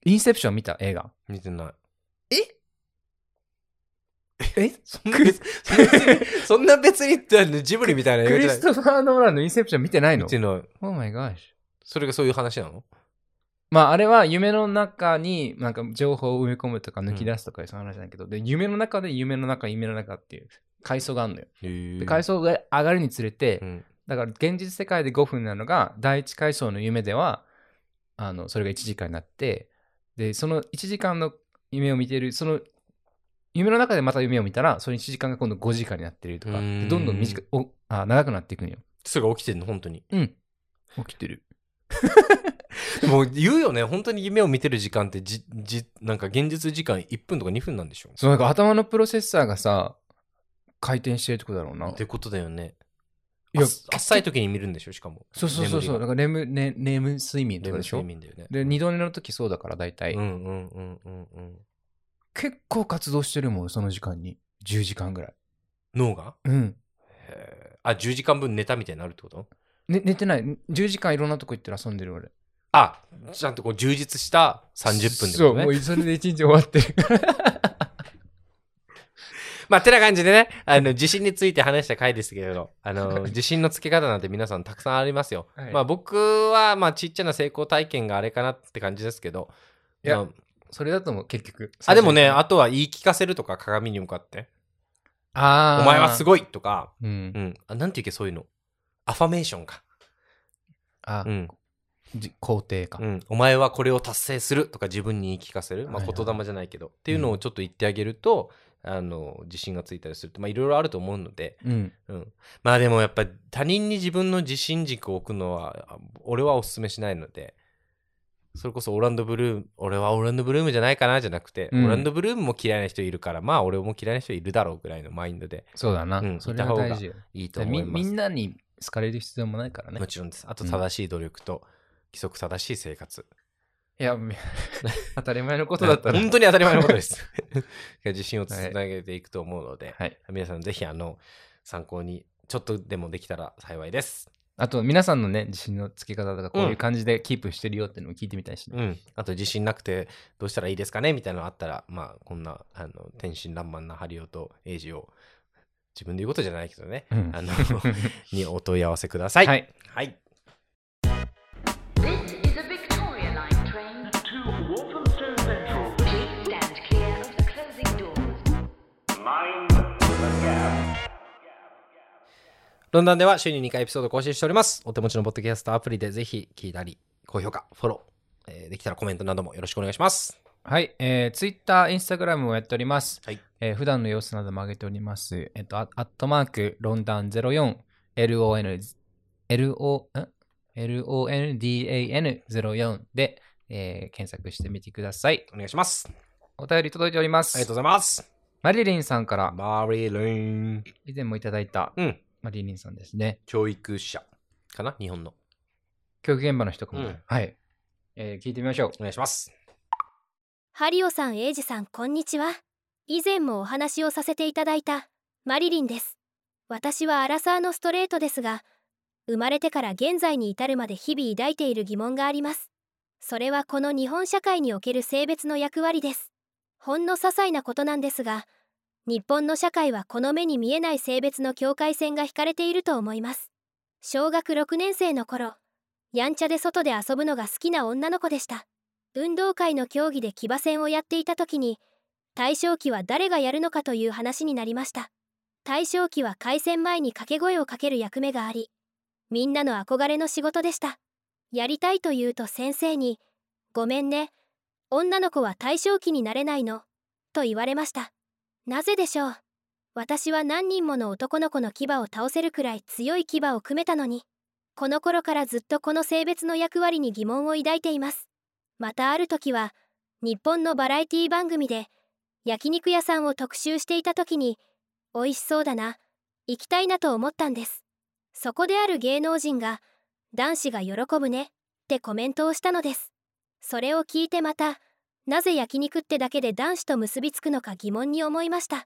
Speaker 2: インセプション見た映画。
Speaker 1: 見てない。
Speaker 2: え
Speaker 1: そんな別、 そんな別にそんな別にってあのジブリみたいな映
Speaker 2: ク
Speaker 1: 画じ
Speaker 2: リ
Speaker 1: ゃな
Speaker 2: ス
Speaker 1: い。
Speaker 2: トファー・ノーランのインセプション見てないの
Speaker 1: 見てない。
Speaker 2: ?Oh my gosh.
Speaker 1: それがそういう話なの
Speaker 2: まあ、あれは夢の中になんか情報を埋め込むとか抜き出すとかいうその話なんだけど、で、夢の中で夢の中、夢の中っていう階層があるのよ。
Speaker 1: へー
Speaker 2: で、階層が上がるにつれて、
Speaker 1: うん。
Speaker 2: だから現実世界で5分なのが、第一階層の夢では、あの、それが1時間になって、で、その1時間の夢を見てる、その、夢の中でまた夢を見たら、その1時間が今度5時間になってるとか、
Speaker 1: うーん
Speaker 2: でどんどん短くおあ長くなっていくんよ。
Speaker 1: すぐ起きてんの、本当に。
Speaker 2: うん。起きてる。
Speaker 1: でも言うよね、本当に夢を見てる時間ってじ、じ、なんか現実時間1分とか2分なんでしょ
Speaker 2: そう、なんか頭のプロセッサーがさ、回転してるってことだろうな。
Speaker 1: ってことだよね。
Speaker 2: いや
Speaker 1: あっ浅い時に見るんでしょしかも。
Speaker 2: そうそうそうそう。だ
Speaker 1: 眠
Speaker 2: から眠、ね、眠睡眠
Speaker 1: り
Speaker 2: と
Speaker 1: が眠
Speaker 2: かでしょ
Speaker 1: 睡眠だよね。
Speaker 2: で、二度寝の時そうだから大体、
Speaker 1: うんうんうんうんうん。
Speaker 2: 結構活動してるもん、その時間に。10時間ぐらい。
Speaker 1: 脳が
Speaker 2: うん。
Speaker 1: へーあ、10時間分寝たみたいになるってこと
Speaker 2: ね、寝てない。10時間いろんなとこ行って遊んでる俺。
Speaker 1: あ、ちゃんとこう充実した30分で
Speaker 2: そう、
Speaker 1: ね。
Speaker 2: もうそれで1日終わっ てるから。
Speaker 1: まあ、てな感じでね、あの、地震について話した回ですけれど、あ の、地震のつけ方なんて皆さんたくさんありますよ。
Speaker 2: はい
Speaker 1: まあ、僕は、まあ、ちっちゃな成功体験があれかなって感じですけど、
Speaker 2: いや
Speaker 1: まあ
Speaker 2: それだともう結局。
Speaker 1: あ、でもね、
Speaker 2: あ
Speaker 1: あとは言い聞かせるとか、鏡に向かって、
Speaker 2: あ
Speaker 1: お前はす
Speaker 2: ご
Speaker 1: ごいとか、
Speaker 2: い。うん
Speaker 1: う。ん、あなんていうっけ、そういうの。アファメーションか。
Speaker 2: あ
Speaker 1: う、ん、
Speaker 2: じ肯定か
Speaker 1: う。ん、お前はこれを達成するとか自分に言い聞かせる、まあ、
Speaker 2: はいはい
Speaker 1: 言霊じゃないけど、っていうのをちょっと言ってあげると、あの自信がついたりするってまあいろいろあると思うので、
Speaker 2: うん。
Speaker 1: うん、まあでもやっぱ他人に自分の自信軸を置くのはあ俺はおすすめしないのでそれこそオーランド・ブルーム俺はオーランド・ブルームじゃないかなじゃなくて、
Speaker 2: うん
Speaker 1: オーランド・ブルームも嫌いな人いるからまあ俺も嫌いな人いるだろうぐらいのマインドで
Speaker 2: そうだな。
Speaker 1: うん
Speaker 2: それが大事よ。
Speaker 1: いいと
Speaker 2: だから
Speaker 1: 思い
Speaker 2: み
Speaker 1: ます
Speaker 2: みんなに好かれる必要もないからね
Speaker 1: も。ちろんですあと正しい努力と規則正しい生活、
Speaker 2: い や、み当たり前のことだったら。
Speaker 1: 本当に当たり前のことです 自信をつなげていくと思うので、
Speaker 2: はい。
Speaker 1: 皆さんぜひあの参考にちょっとでもできたら幸いです
Speaker 2: あと、皆さんのね、自信のつけ方とか、こう
Speaker 1: う
Speaker 2: い
Speaker 1: ん
Speaker 2: う感じでキープしてるよっていうのも聞いてみたいしね。
Speaker 1: うん、あと自信なくてどうしたらいいですかねみたいなのあったら、まあ、こんなあの天真爛漫なハリオとエイジを自分で言うことじゃないけどね、
Speaker 2: うん
Speaker 1: あの にお問い合わせください。、
Speaker 2: はいい。
Speaker 4: This is a Victoria Line train
Speaker 5: to Walthamstow Central.
Speaker 4: Please stand clear of the closing doors.
Speaker 5: Mind the gap.
Speaker 1: ロンダンでは週に2回エピソード更新しております。お手持ちのポッドキャストアプリでぜひ聞いたり、高評価、フォロー、えーできたらコメントなどもよろしくお願いします。
Speaker 2: はい。えー、Twitter、Instagram もやっております。
Speaker 1: はい
Speaker 2: えー普段の様子なども上げております。えっと、アアットマーク、ロンダン04、LON、LO、ん LONDAN04 で、えー検索してみてください。
Speaker 1: お願いします。あ
Speaker 2: お便り届いております。
Speaker 1: りがとうございます。
Speaker 2: マリリンさんから、
Speaker 1: マリリン。
Speaker 2: 以前もいただいた
Speaker 1: うん、
Speaker 2: マリリンさんですね。
Speaker 1: 教育者かな日本の。
Speaker 2: 教育現場の一コマ、
Speaker 1: うん
Speaker 2: はい、えー聞いてみましょう。
Speaker 1: お願いします。
Speaker 6: ハリオさん、エイジさん、こんにちは。以前もお話をさせていただいた、マリリンです。私はアラサーのストレートですが、生まれてから現在に至るまで日々抱いている疑問があります。それはこの日本社会における性別の役割です。ほんの些細なことなんですが、日本の社会はこの目に見えない性別の境界線が引かれていると思います。小学6年生の頃、やんちゃで外で遊ぶのが好きな女の子でした。運動会の競技で騎馬戦をやっていた時に対象旗は誰がやるのかという話になりました対象旗は開戦前に掛け声をかける役目がありみんなの憧れの仕事でしたやりたいと言うと先生に「ごめんね女の子は対象旗になれないの」と言われましたなぜでしょう私は何人もの男の子の牙を倒せるくらい強い牙を組めたのにこの頃からずっとこの性別の役割に疑問を抱いていますまたある時は日本のバラエティ番組で焼肉屋さんを特集していた時に美味しそうだな行きたいなと思ったんですそこである芸能人が男子が喜ぶねってコメントをしたのですそれを聞いてまたなぜ焼肉ってだけで男子と結びつくのか疑問に思いました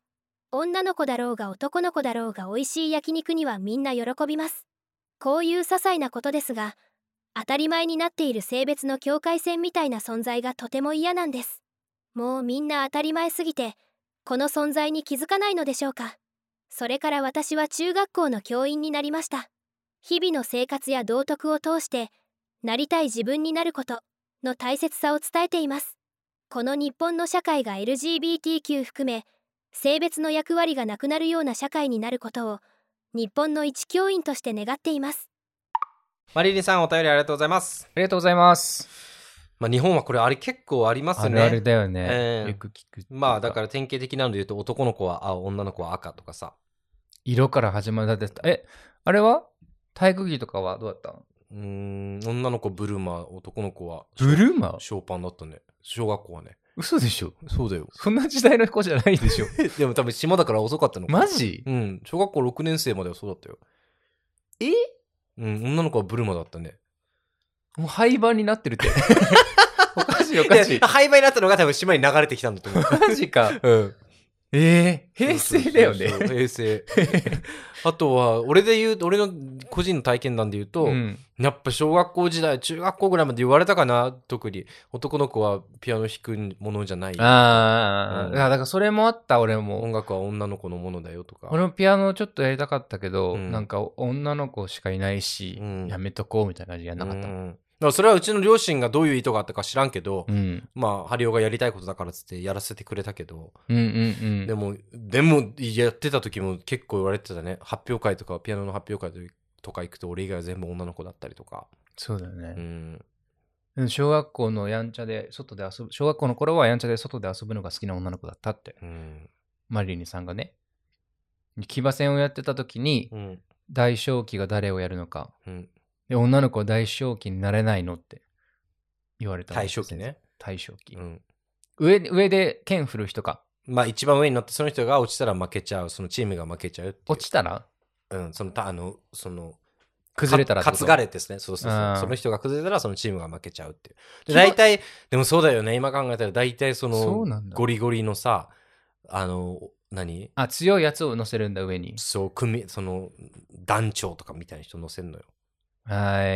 Speaker 6: 女の子だろうが男の子だろうが美味しい焼肉にはみんな喜びますこういう些細なことですが当たり前になっている性別の境界線みたいな存在がとても嫌なんですもうみんな当たり前すぎてこの存在に気づかないのでしょうかそれから私は中学校の教員になりました日々の生活や道徳を通してなりたい自分になることの大切さを伝えていますこの日本の社会が LGBTQ 含め性別の役割がなくなるような社会になることを日本の一教員として願っています
Speaker 1: マリリンさん、お便りありがとうございます。
Speaker 2: ありがとうございます。
Speaker 1: まあ、日本はこれあれ結構あります
Speaker 2: あ
Speaker 1: よね。
Speaker 2: るあるだよね。
Speaker 1: ええ
Speaker 2: よく聞く。
Speaker 1: まあだから典型的なので言うと男の子は青女の子は赤とかさ
Speaker 2: 色から始まるだってえあれは体育着とかはどうだったの
Speaker 1: うーん女の子ブルマ男の子は
Speaker 2: ブルーマ
Speaker 1: ショーパンだったね小学校はね
Speaker 2: 嘘でしょ
Speaker 1: そうだよ。
Speaker 2: そんな時代の子じゃないでしょ
Speaker 1: でも多分島だから遅かったのかな
Speaker 2: マジ
Speaker 1: うん。小学校6年生まではそうだったよ。
Speaker 2: え
Speaker 1: うん、女の子はブルマだったね。
Speaker 2: もう廃盤になってるって おかしいおかしい
Speaker 1: で廃盤になったのが多分島に流れてきたんだと思う。
Speaker 2: マジか
Speaker 1: うん、
Speaker 2: ええ平成だよ
Speaker 1: そうそうそう
Speaker 2: ね
Speaker 1: 平成 あとは俺で言う俺の個人の体験談で言うと、
Speaker 2: うん
Speaker 1: やっぱ小学校時代中学校ぐらいまで言われたかな特に男の子はピアノ弾くものじゃない
Speaker 2: ああ、
Speaker 1: うん
Speaker 2: だからそれもあった俺も
Speaker 1: 音楽は女の子のものだよとか
Speaker 2: 俺もピアノちょっとやりたかったけど、
Speaker 1: うん
Speaker 2: なんか女の子しかいないし、
Speaker 1: うん
Speaker 2: やめとこうみたいな感じやんなかった
Speaker 1: うんだからそれはうちの両親がどういう意図があったか知らんけど、
Speaker 2: うん、うん、
Speaker 1: まあハリオがやりたいことだからっつってやらせてくれたけど、
Speaker 2: うんうん
Speaker 1: でもでもやってた時も結構言われてたね発表会とかピアノの発表会とか行くと俺以外は全部女の子だったりとか、
Speaker 2: そうだよ
Speaker 1: う
Speaker 2: ね、
Speaker 1: ん、
Speaker 2: でも小学校のやんちゃで外で遊ぶ小学校の頃はやんちゃで外で遊ぶのが好きな女の子だったって
Speaker 1: うん
Speaker 2: マリリンさんがね騎馬戦をやってた時に
Speaker 1: うん
Speaker 2: 大正期が誰をやるのか
Speaker 1: うん、
Speaker 2: で女の子は大正期になれないのって言われたの
Speaker 1: 大正期ね、
Speaker 2: 大正期、
Speaker 1: うん、
Speaker 2: 上上で剣振る人か
Speaker 1: まあ一番上になってその人が落ちたら負けちゃうそのチームが負けちゃうっていう
Speaker 2: 落ちたら
Speaker 1: うん、そのたあのその
Speaker 2: 崩れたら
Speaker 1: か担が
Speaker 2: れ
Speaker 1: れですねそうそうそ
Speaker 2: あ
Speaker 1: う
Speaker 2: ー
Speaker 1: その人が崩れたらそのチームが負けちゃうっていうで
Speaker 2: ひどい
Speaker 1: 大体でもそうだよね今考えたら大体そ
Speaker 2: そ
Speaker 1: の
Speaker 2: うなんだ
Speaker 1: ゴリゴリのさあの何
Speaker 2: あ強いやつを乗せるんだ上に
Speaker 1: そう組その団長とかみたいな人乗せんのよ、
Speaker 2: は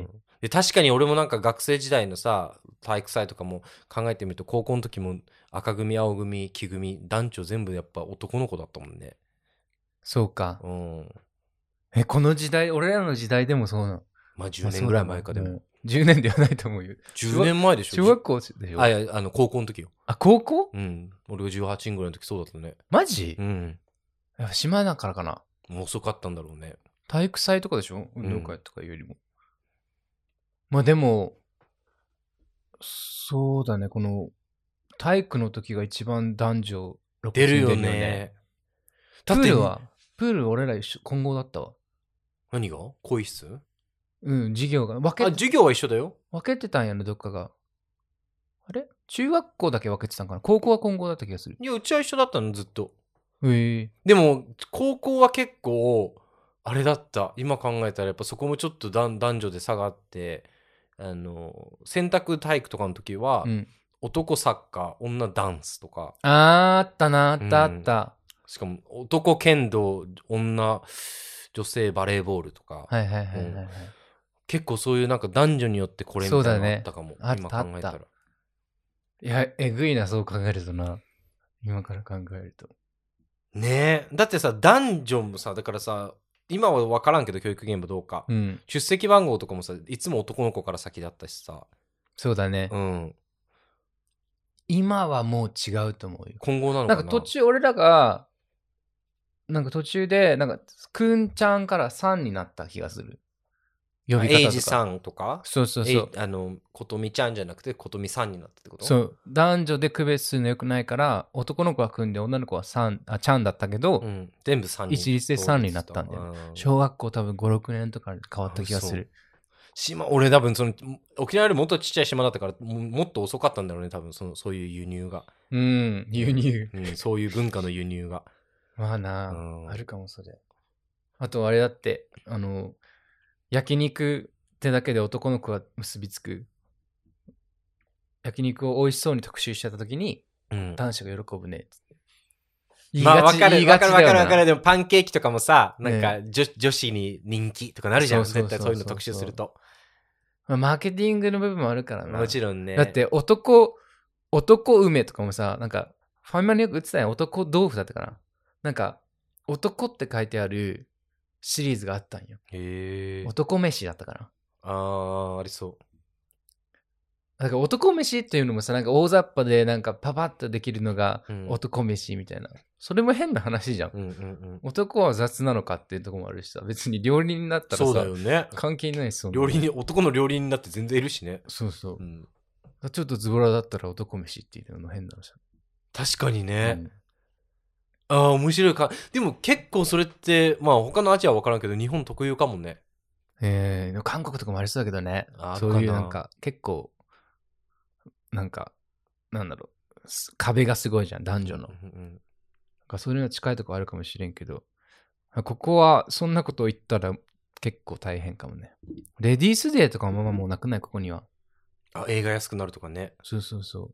Speaker 1: うんで確かに俺もなんか学生時代のさ体育祭とかも考えてみると高校の時も赤組青組木組団長全部やっぱ男の子だったもんね
Speaker 2: そうか
Speaker 1: うん
Speaker 2: えこの時代俺らの時代でもそうなの
Speaker 1: まあ10年ぐらい前かでも、
Speaker 2: う10年ではないと思うよ
Speaker 1: 10年前でしょ
Speaker 2: 中学校でしょ
Speaker 1: あ、いや、あの、高校の時よ。
Speaker 2: あ高校
Speaker 1: うん。俺が18ぐらいの時そうだったね。
Speaker 2: マジ
Speaker 1: う、ん。
Speaker 2: やっぱ島だからかな
Speaker 1: もう遅かったんだろうね。
Speaker 2: 体育祭とかでしょ運動会とかよりも、まあでもそうだねこの体育の時が一番男女露骨
Speaker 1: 出
Speaker 2: に
Speaker 1: るよね。
Speaker 2: プ
Speaker 1: だって
Speaker 2: ールはプール俺ら一緒混合だったわ
Speaker 1: 何が更衣室
Speaker 2: うん授業が分
Speaker 1: あ、
Speaker 2: け
Speaker 1: 授業は一緒だよ。
Speaker 2: 分けてたんやねどっかがあれ中学校だけ分けてたんかな高校は混合だった気がする
Speaker 1: いや、うちは一緒だったの、ずっと。
Speaker 2: へえ
Speaker 1: でも、高校は結構、あれだった。今考えたら、やっぱそこもちょっと男男女で差があって、あの、選択体育とかの時は、
Speaker 2: うん
Speaker 1: 男サッカー、女ダンスとか、
Speaker 2: あーあったなあったあ
Speaker 1: うん
Speaker 2: った、
Speaker 1: しかも男剣道、女、女性バレーボールとか、
Speaker 2: はいはいはいはい、はい
Speaker 1: 結構そういうなんか男女によってこれみたいなのあったかも、
Speaker 2: そうだね
Speaker 1: 今
Speaker 2: あ
Speaker 1: 考
Speaker 2: った
Speaker 1: えた
Speaker 2: あ
Speaker 1: ら
Speaker 2: っいやえぐいなそう考えるとな今から考えると
Speaker 1: ねえだってさ男女もさだからさ今は分からんけど教育現場どうか、
Speaker 2: うん
Speaker 1: 出席番号とかもさいつも男の子から先だったしさ、
Speaker 2: そうだね、
Speaker 1: うん、
Speaker 2: 今はもう違うと思うよ
Speaker 1: 混合なのかな
Speaker 2: な
Speaker 1: ん
Speaker 2: か途中俺らがなんか途中でなんかくんちゃんからさんになった気がする呼び方とか
Speaker 1: エイジさんとか
Speaker 2: そうそう
Speaker 1: え
Speaker 2: そ
Speaker 1: いうあのことみちゃんじゃなくてことみさんになったってこと
Speaker 2: そう男女で区別するのよくないから男の子は組んで女の子はさんあちゃんだったけど、
Speaker 1: うん、全部3人
Speaker 2: 一律で三になったんだよ
Speaker 1: よ、うん
Speaker 2: 小学校多分56年とかに変わった気がする
Speaker 1: 島俺多分その沖縄よりもっとちっちゃい島だったからももっと遅かったんだろうね多分そのそういう輸入が、
Speaker 2: うん輸入
Speaker 1: うん、そういう文化の輸入が
Speaker 2: まあな、
Speaker 1: うん
Speaker 2: あるかもそれあとあれだってあの焼肉ってだけで男の子が結びつく焼肉を美味しそうに特集してた時に
Speaker 1: うん
Speaker 2: 男子が喜ぶねっつって言い
Speaker 1: まあ、
Speaker 2: が
Speaker 1: わ
Speaker 2: ち
Speaker 1: か
Speaker 2: 言
Speaker 1: る、
Speaker 2: い
Speaker 1: わ
Speaker 2: が
Speaker 1: か
Speaker 2: ち
Speaker 1: る、
Speaker 2: だ
Speaker 1: わ
Speaker 2: よ
Speaker 1: かる、
Speaker 2: な
Speaker 1: わかる。でも、パンケーキとかもさ、なんか、女女子に人気とかなるじゃん。
Speaker 2: そうそうそう
Speaker 1: 絶対そういうの特集すると。
Speaker 2: まあマーケティングの部分もあるからな
Speaker 1: もちろんね。
Speaker 2: だって、男、男梅とかもさ、なんか、ファミマによく売ってたやん、男豆腐だったかな。なんか、男って書いてあるシリーズがあったんよ。
Speaker 1: へえ。
Speaker 2: 男飯だったかな。
Speaker 1: あー、ありそ
Speaker 2: なんか男飯っていうのもさ、なんか大雑把で、なんかパパッとできるのが
Speaker 1: うん
Speaker 2: 男飯みたいな。それも変な話じゃん。
Speaker 1: う。うんうん
Speaker 2: 男は雑なのかっていうとこもあるしさ、別に料理人になっ
Speaker 1: うん。
Speaker 2: たら
Speaker 1: そう
Speaker 2: さ
Speaker 1: だ、よね。
Speaker 2: 関係ないし、そんなの
Speaker 1: 料理人、男の料理人だって全然いるしね。
Speaker 2: そうそう
Speaker 1: う。ん。
Speaker 2: ちょっとズボラだったら男飯っていうのも変な話
Speaker 1: 確かに
Speaker 2: だ。
Speaker 1: ね。
Speaker 2: うん
Speaker 1: ああ、面白いか。でも結構それって、まあ他のアジアは分からんけど、日本特有かもね。
Speaker 2: えー、韓国とかもありそうだけどね
Speaker 1: あ。
Speaker 2: そういう
Speaker 1: かな
Speaker 2: なんか、結構、なんか、なんだろす壁がすごいじゃん、男女の。
Speaker 1: うんうん
Speaker 2: なんかそれには近いとこあるかもしれんけど、ここはそんなこと言ったら結構大変かもね。レディースデーとかもまあもうなくない、ここには。
Speaker 1: あ映画安くなるとかね
Speaker 2: そうそうそ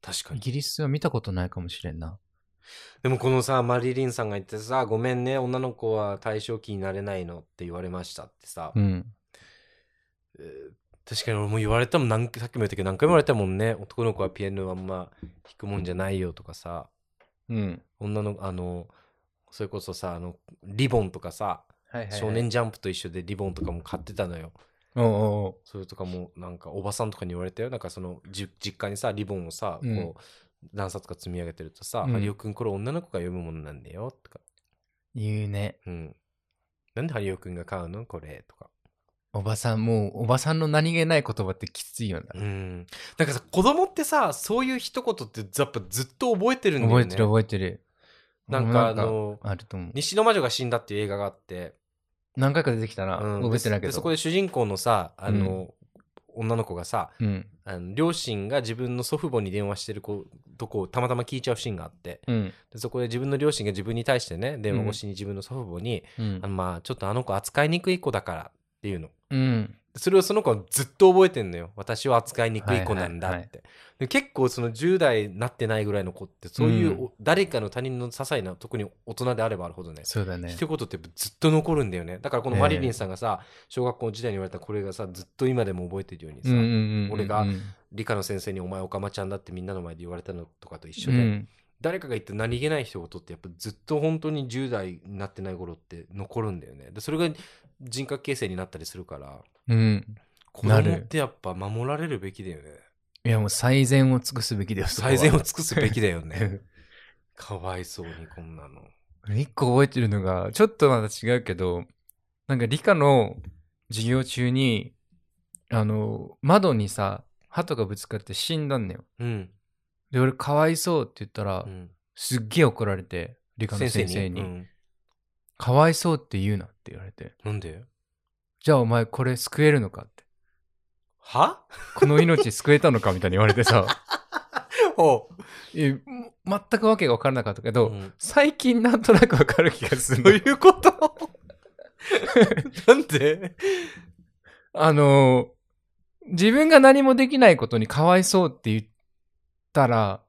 Speaker 1: 確か
Speaker 2: う。イ
Speaker 1: に
Speaker 2: ギリスは見たことないかもしれんな。
Speaker 1: でもこのさマリリンさんが言ってさ「ごめんね女の子は対象期になれないの」って言われましたってさ、
Speaker 2: うん。
Speaker 1: えー確かに俺も言われたもん何さっきも言ったけど何回も言われたもんね男の子はピアノあんま弾くもんじゃないよとかさ
Speaker 2: うん。
Speaker 1: 女のあのそれこそさあのリボンとかさ
Speaker 2: はいは
Speaker 1: 「
Speaker 2: い、
Speaker 1: 少年ジャンプ」と一緒でリボンとかも買ってたのよ
Speaker 2: おうおうおう
Speaker 1: それとかもなんかおばさんとかに言われたよなんかそのじ実家にさリボンをさ、
Speaker 2: うん
Speaker 1: こう段差とか積み上げてるとさ「
Speaker 2: うん
Speaker 1: ハリオくんこれ女の子が読むものなんだよ」とか
Speaker 2: 言うね。
Speaker 1: 「うん、なんでハリオくんが買うのこれ」とか
Speaker 2: おばさん、もうおばさんの何気ない言葉ってきついよな。
Speaker 1: うんなんかさ子供ってさそういう一言ってやっぱずっと覚えてるんだよ
Speaker 2: 覚
Speaker 1: ね
Speaker 2: えてる覚えてる。
Speaker 1: なんかあの
Speaker 2: あると思う。
Speaker 1: 西の魔女が死んだっていう映画があって、
Speaker 2: 何回か出てきたな。
Speaker 1: うん
Speaker 2: 覚えてないけ
Speaker 1: で
Speaker 2: ど。
Speaker 1: そこ
Speaker 2: で、
Speaker 1: で主人公のさあの、女の子がさ
Speaker 2: うん。
Speaker 1: あの両親が自分の祖父母に電話してる子とこをたまたま聞いちゃうシーンがあって、
Speaker 2: うん。
Speaker 1: でそこで自分の両親が自分に対してね電話越しに自分の祖父母に、
Speaker 2: うん
Speaker 1: あのまあちょっとあの子扱いにくい子だからっていうの
Speaker 2: うん。
Speaker 1: それをその子はずっと覚えてんのよ私は扱いにくい子なんだって、
Speaker 2: はいはい
Speaker 1: で結構その10代なってないぐらいの子ってそういうお、誰かの他人の些細な特に大人であればあるほどね
Speaker 2: そうだね。
Speaker 1: 一言ってずっと残るんだよねだからこのマリリンさんがさ、小学校時代に言われたこれがさずっと今でも覚えてるようにさ、
Speaker 2: うんうんうんうん
Speaker 1: 俺が理科の先生に「お前おかまちゃんだ」ってみんなの前で言われたのとかと一緒
Speaker 2: う
Speaker 1: で、
Speaker 2: ん、
Speaker 1: 誰かが言った何気ない一言ってやっぱずっと本当に10代になってない頃って残るんだよねでそれが人格形成になったりするから
Speaker 2: うん。
Speaker 1: 子
Speaker 2: な
Speaker 1: 供
Speaker 2: る
Speaker 1: ってやっぱ守られるべきだよね
Speaker 2: いやもう最善を尽くすべきだよ。そこは
Speaker 1: 最善を尽くすべきだよねかわいそうにこんなの
Speaker 2: 俺 一個覚えてるのが、ちょっとまだ違うけど、なんか理科の授業中に、あの、窓にさ、鳩がぶつかって死んだんだよ。
Speaker 1: うん、
Speaker 2: で、俺かわいそうって言ったら、
Speaker 1: うん、
Speaker 2: すっげえ怒られて、理科の先生に、
Speaker 1: うん
Speaker 2: かわいそうって言うなって言われて、
Speaker 1: なんで
Speaker 2: じゃあお前これ救えるのかって、
Speaker 1: は
Speaker 2: この命救えたのかみたいに言われてさ、
Speaker 1: お
Speaker 2: えも全くわけがわからなかったけど、
Speaker 1: うん
Speaker 2: 最近なんとなくわかる気がするの
Speaker 1: どういうこと なんで
Speaker 2: あのー自分が何もできないことにかわいそうって言ったら、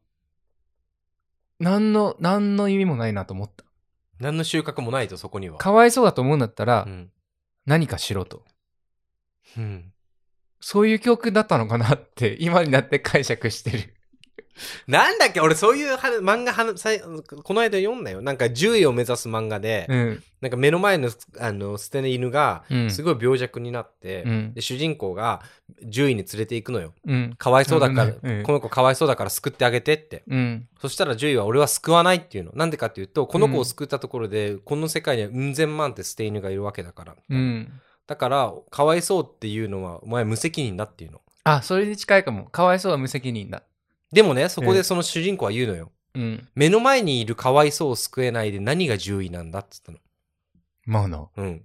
Speaker 2: 何の、何の意味もないなと思った。
Speaker 1: 何の収穫もないとそこには
Speaker 2: かわいそうだと思うんだったら、
Speaker 1: うん、
Speaker 2: 何かしろと。
Speaker 1: うん、
Speaker 2: そういう教訓だったのかなって、 今になって解釈してる。
Speaker 1: なんだっけ俺そういうは漫画はさいこの間読んだよなんか獣医を目指す漫画で、
Speaker 2: うん。
Speaker 1: なんか目の前のあの捨て犬が
Speaker 2: うん
Speaker 1: すごい病弱になって、
Speaker 2: うん
Speaker 1: で主人公が獣医に連れて行くのよ。
Speaker 2: うん。
Speaker 1: かわいそうだから、
Speaker 2: うんうん
Speaker 1: この子かわいそうだから救ってあげてって。
Speaker 2: うん。
Speaker 1: そしたら獣医は俺は救わないっていうの。なんでかっていうと、この子を救ったところで、この世界にはうん千万って捨て犬がいるわけだから。
Speaker 2: うん。
Speaker 1: だから、かわいそうっていうのはお前無責任だっていうの。
Speaker 2: あ、それに近いかも。かわいそうは無責任だ。
Speaker 1: でもね、そこでその主人公は言うのよ。
Speaker 2: うん。
Speaker 1: 目の前にいるかわいそうを救えないで何が獣医なんだっつったの。
Speaker 2: まあな。
Speaker 1: うん。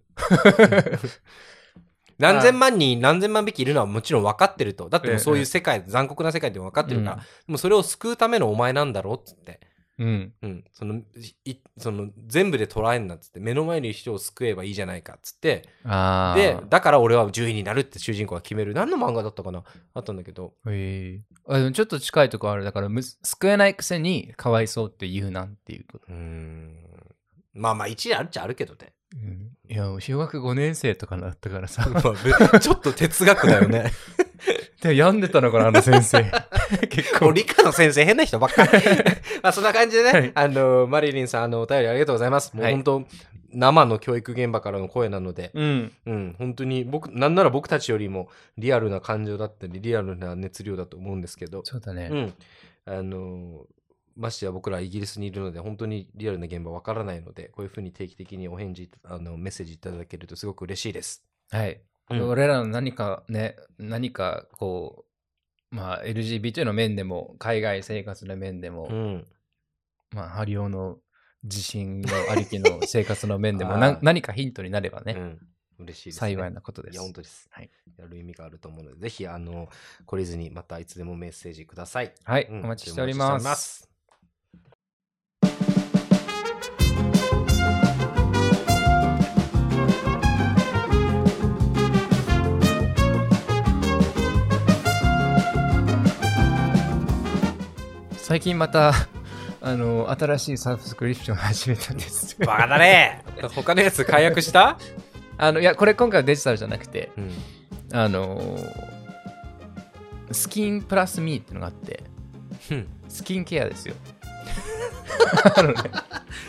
Speaker 1: 何千万人、何千万匹いるのはもちろん分かってると。だってもうそういう世界、残酷な世界でも分かってるから、
Speaker 2: うん
Speaker 1: でもそれを救うためのお前なんだろうっつって。
Speaker 2: うん。
Speaker 1: うん。その、いその、全部で捉えんなっつって、目の前にいる人を救えばいいじゃないかっつって、
Speaker 2: ああ。
Speaker 1: で、だから俺は獣医になるって主人公が決める。何の漫画だったかなあったんだけど。
Speaker 2: ええあでもちょっと近いとこある。だからむす、救えないくせにかわいそうって言うなんっていうこと。
Speaker 1: うーん。まあまあ、一理あるっちゃあるけどね。
Speaker 2: いや、小学5年生とかだったからさ。
Speaker 1: まあちょっと哲学だよね。
Speaker 2: で、病んでたのかな、あの先 生。結
Speaker 1: もう
Speaker 2: 構。
Speaker 1: 理科の先生変な人ばっ かり。まあそんな感じでね、
Speaker 2: はい
Speaker 1: あの、マリリンさん、あの、お便りありがとうございます。もう
Speaker 2: はい
Speaker 1: 本当、生の教育現場からの声なので、
Speaker 2: うん。
Speaker 1: うん、本当に僕、なんなら僕たちよりもリアルな感情だったり、リアルな熱量だと思うんですけど、
Speaker 2: そうだね。
Speaker 1: うん、あの、ましてや僕らイギリスにいるので、本当にリアルな現場わからないので、こういうふうに定期的にお返事、あの、メッセージいただけるとすごく嬉しいです。
Speaker 2: はい、
Speaker 1: うん
Speaker 2: 俺らの何かね、何かこう、まあ、LGBT の面でも、海外生活の面でも、
Speaker 1: うん。
Speaker 2: まあ、ハ リオの自信のありきの生活の面でも、
Speaker 1: あー
Speaker 2: な何かヒントになればね、
Speaker 1: うん嬉しいです、ね。
Speaker 2: 幸いなことです。
Speaker 1: いや、本当です。
Speaker 2: はい
Speaker 1: やる意味があると思うので、ぜひ、あの、懲りずに、またいつでもメッセージください。
Speaker 2: はい、
Speaker 1: うん
Speaker 2: お待ちしておりま
Speaker 1: お
Speaker 2: す。
Speaker 1: 待ちしており
Speaker 2: 最近また あの新しいサブスクリプションを始めたんです。
Speaker 1: ますバカだね 他のやつ解約した
Speaker 2: あのいやこれ今回はデジタルじゃなくて
Speaker 1: うん。
Speaker 2: あのスキンプラスミーっていうのがあって
Speaker 1: うん
Speaker 2: スキンケアですよ。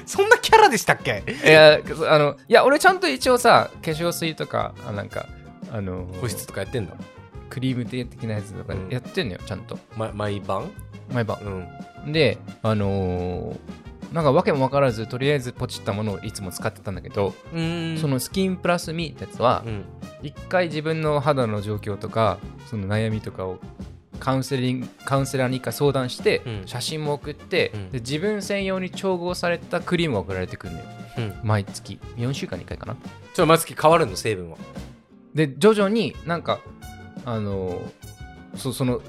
Speaker 1: そんなキャラでしたっけ
Speaker 2: いやあのいや俺ちゃんと一応さ化粧水とかあなんかあの
Speaker 1: 保湿とかやってんだ。
Speaker 2: クリーム的なやつとかやってんのよちゃんと
Speaker 1: ま、毎晩
Speaker 2: 毎晩。
Speaker 1: うん。
Speaker 2: であのーなんか訳も分からずとりあえずポチったものをいつも使ってたんだけど、
Speaker 1: うん
Speaker 2: そ、のスキンプラスミーってやつは
Speaker 1: うん。
Speaker 2: 一回自分の肌の状況とかその悩みとかをカウンセリングカウンセラーに一回相談して、
Speaker 1: うん
Speaker 2: 写真も送って、
Speaker 1: うん
Speaker 2: で自分専用に調合されたクリームが送られてくるのよ
Speaker 1: うん。ちょっ
Speaker 2: 毎月4週間に1回かな
Speaker 1: と、まつき変わるの、成分は。
Speaker 2: で徐々になんかあのそその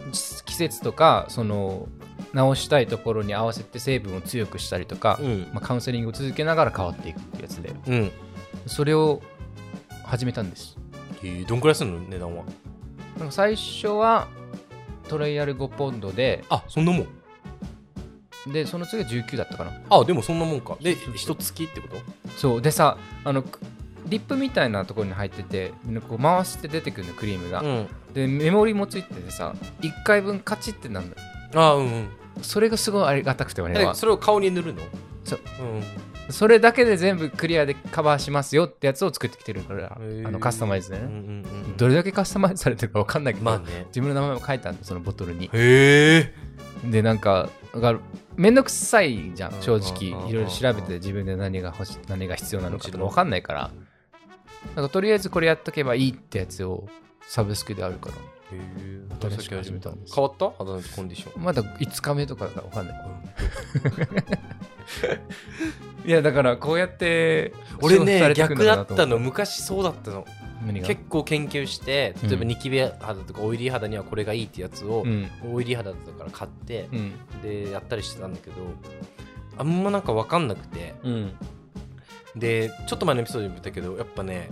Speaker 2: 季節とかその直したいところに合わせて成分を強くしたりとか、
Speaker 1: ん。
Speaker 2: まあ、カウンセリングを続けながら変わっていくってやつで
Speaker 1: うん。
Speaker 2: それを始めたんです
Speaker 1: えー、どんくらいするの値段は。
Speaker 2: なんか最初はトライアル5ポンドで
Speaker 1: あ、そんなもん。
Speaker 2: でその次は19だったかな
Speaker 1: あ、でもそんなもんか。で、
Speaker 2: そうそう
Speaker 1: 一月ってこと
Speaker 2: そうでさあのくリップみたいなところに入っててこう回して出てくるのクリームが、
Speaker 1: ん。
Speaker 2: でメモリもついててさ1回分カチッてなるの
Speaker 1: あー、うんうん。
Speaker 2: それがすごいありがたくて俺
Speaker 1: え
Speaker 2: は
Speaker 1: それを顔に塗るの
Speaker 2: そう。
Speaker 1: うん。
Speaker 2: それだけで全部クリアでカバーしますよってやつを作ってきてるから、
Speaker 1: へー
Speaker 2: あのカスタマイズで
Speaker 1: うんうん
Speaker 2: ね、
Speaker 1: うんうん。
Speaker 2: どれだけカスタマイズされてるか分かんないけど、
Speaker 1: まあね。
Speaker 2: 自分の名前も書いたんでそのボトルに
Speaker 1: へえ。
Speaker 2: でなんかがめんどくさいじゃ
Speaker 1: うんん
Speaker 2: 正
Speaker 1: うんうん
Speaker 2: 直いろいろ調べて自分で何が欲しい何が必要なのかとか分かんないからなんかとりあえずこれやっとけばいいってやつをサブスクであるから
Speaker 1: へえ。
Speaker 2: 新しく始めたんです
Speaker 1: 変わった肌のコンディション。
Speaker 2: まだ5日目とかだから分かんないいやだからこうやって
Speaker 1: 俺
Speaker 2: 消費
Speaker 1: ね
Speaker 2: されてくん
Speaker 1: 逆だ
Speaker 2: な
Speaker 1: っ
Speaker 2: と
Speaker 1: た
Speaker 2: 思
Speaker 1: の昔そうだったの
Speaker 2: 何が
Speaker 1: 結構研究して例えば
Speaker 2: うん
Speaker 1: ニキビ肌とかオイリー肌にはこれがいいってやつを
Speaker 2: う、ん
Speaker 1: オイリー肌だったから買って
Speaker 2: う、ん
Speaker 1: でやったりしてたんだけどあんまなんか分かんなくて
Speaker 2: うん
Speaker 1: でちょっと前のエピソードにも言ったけどやっぱね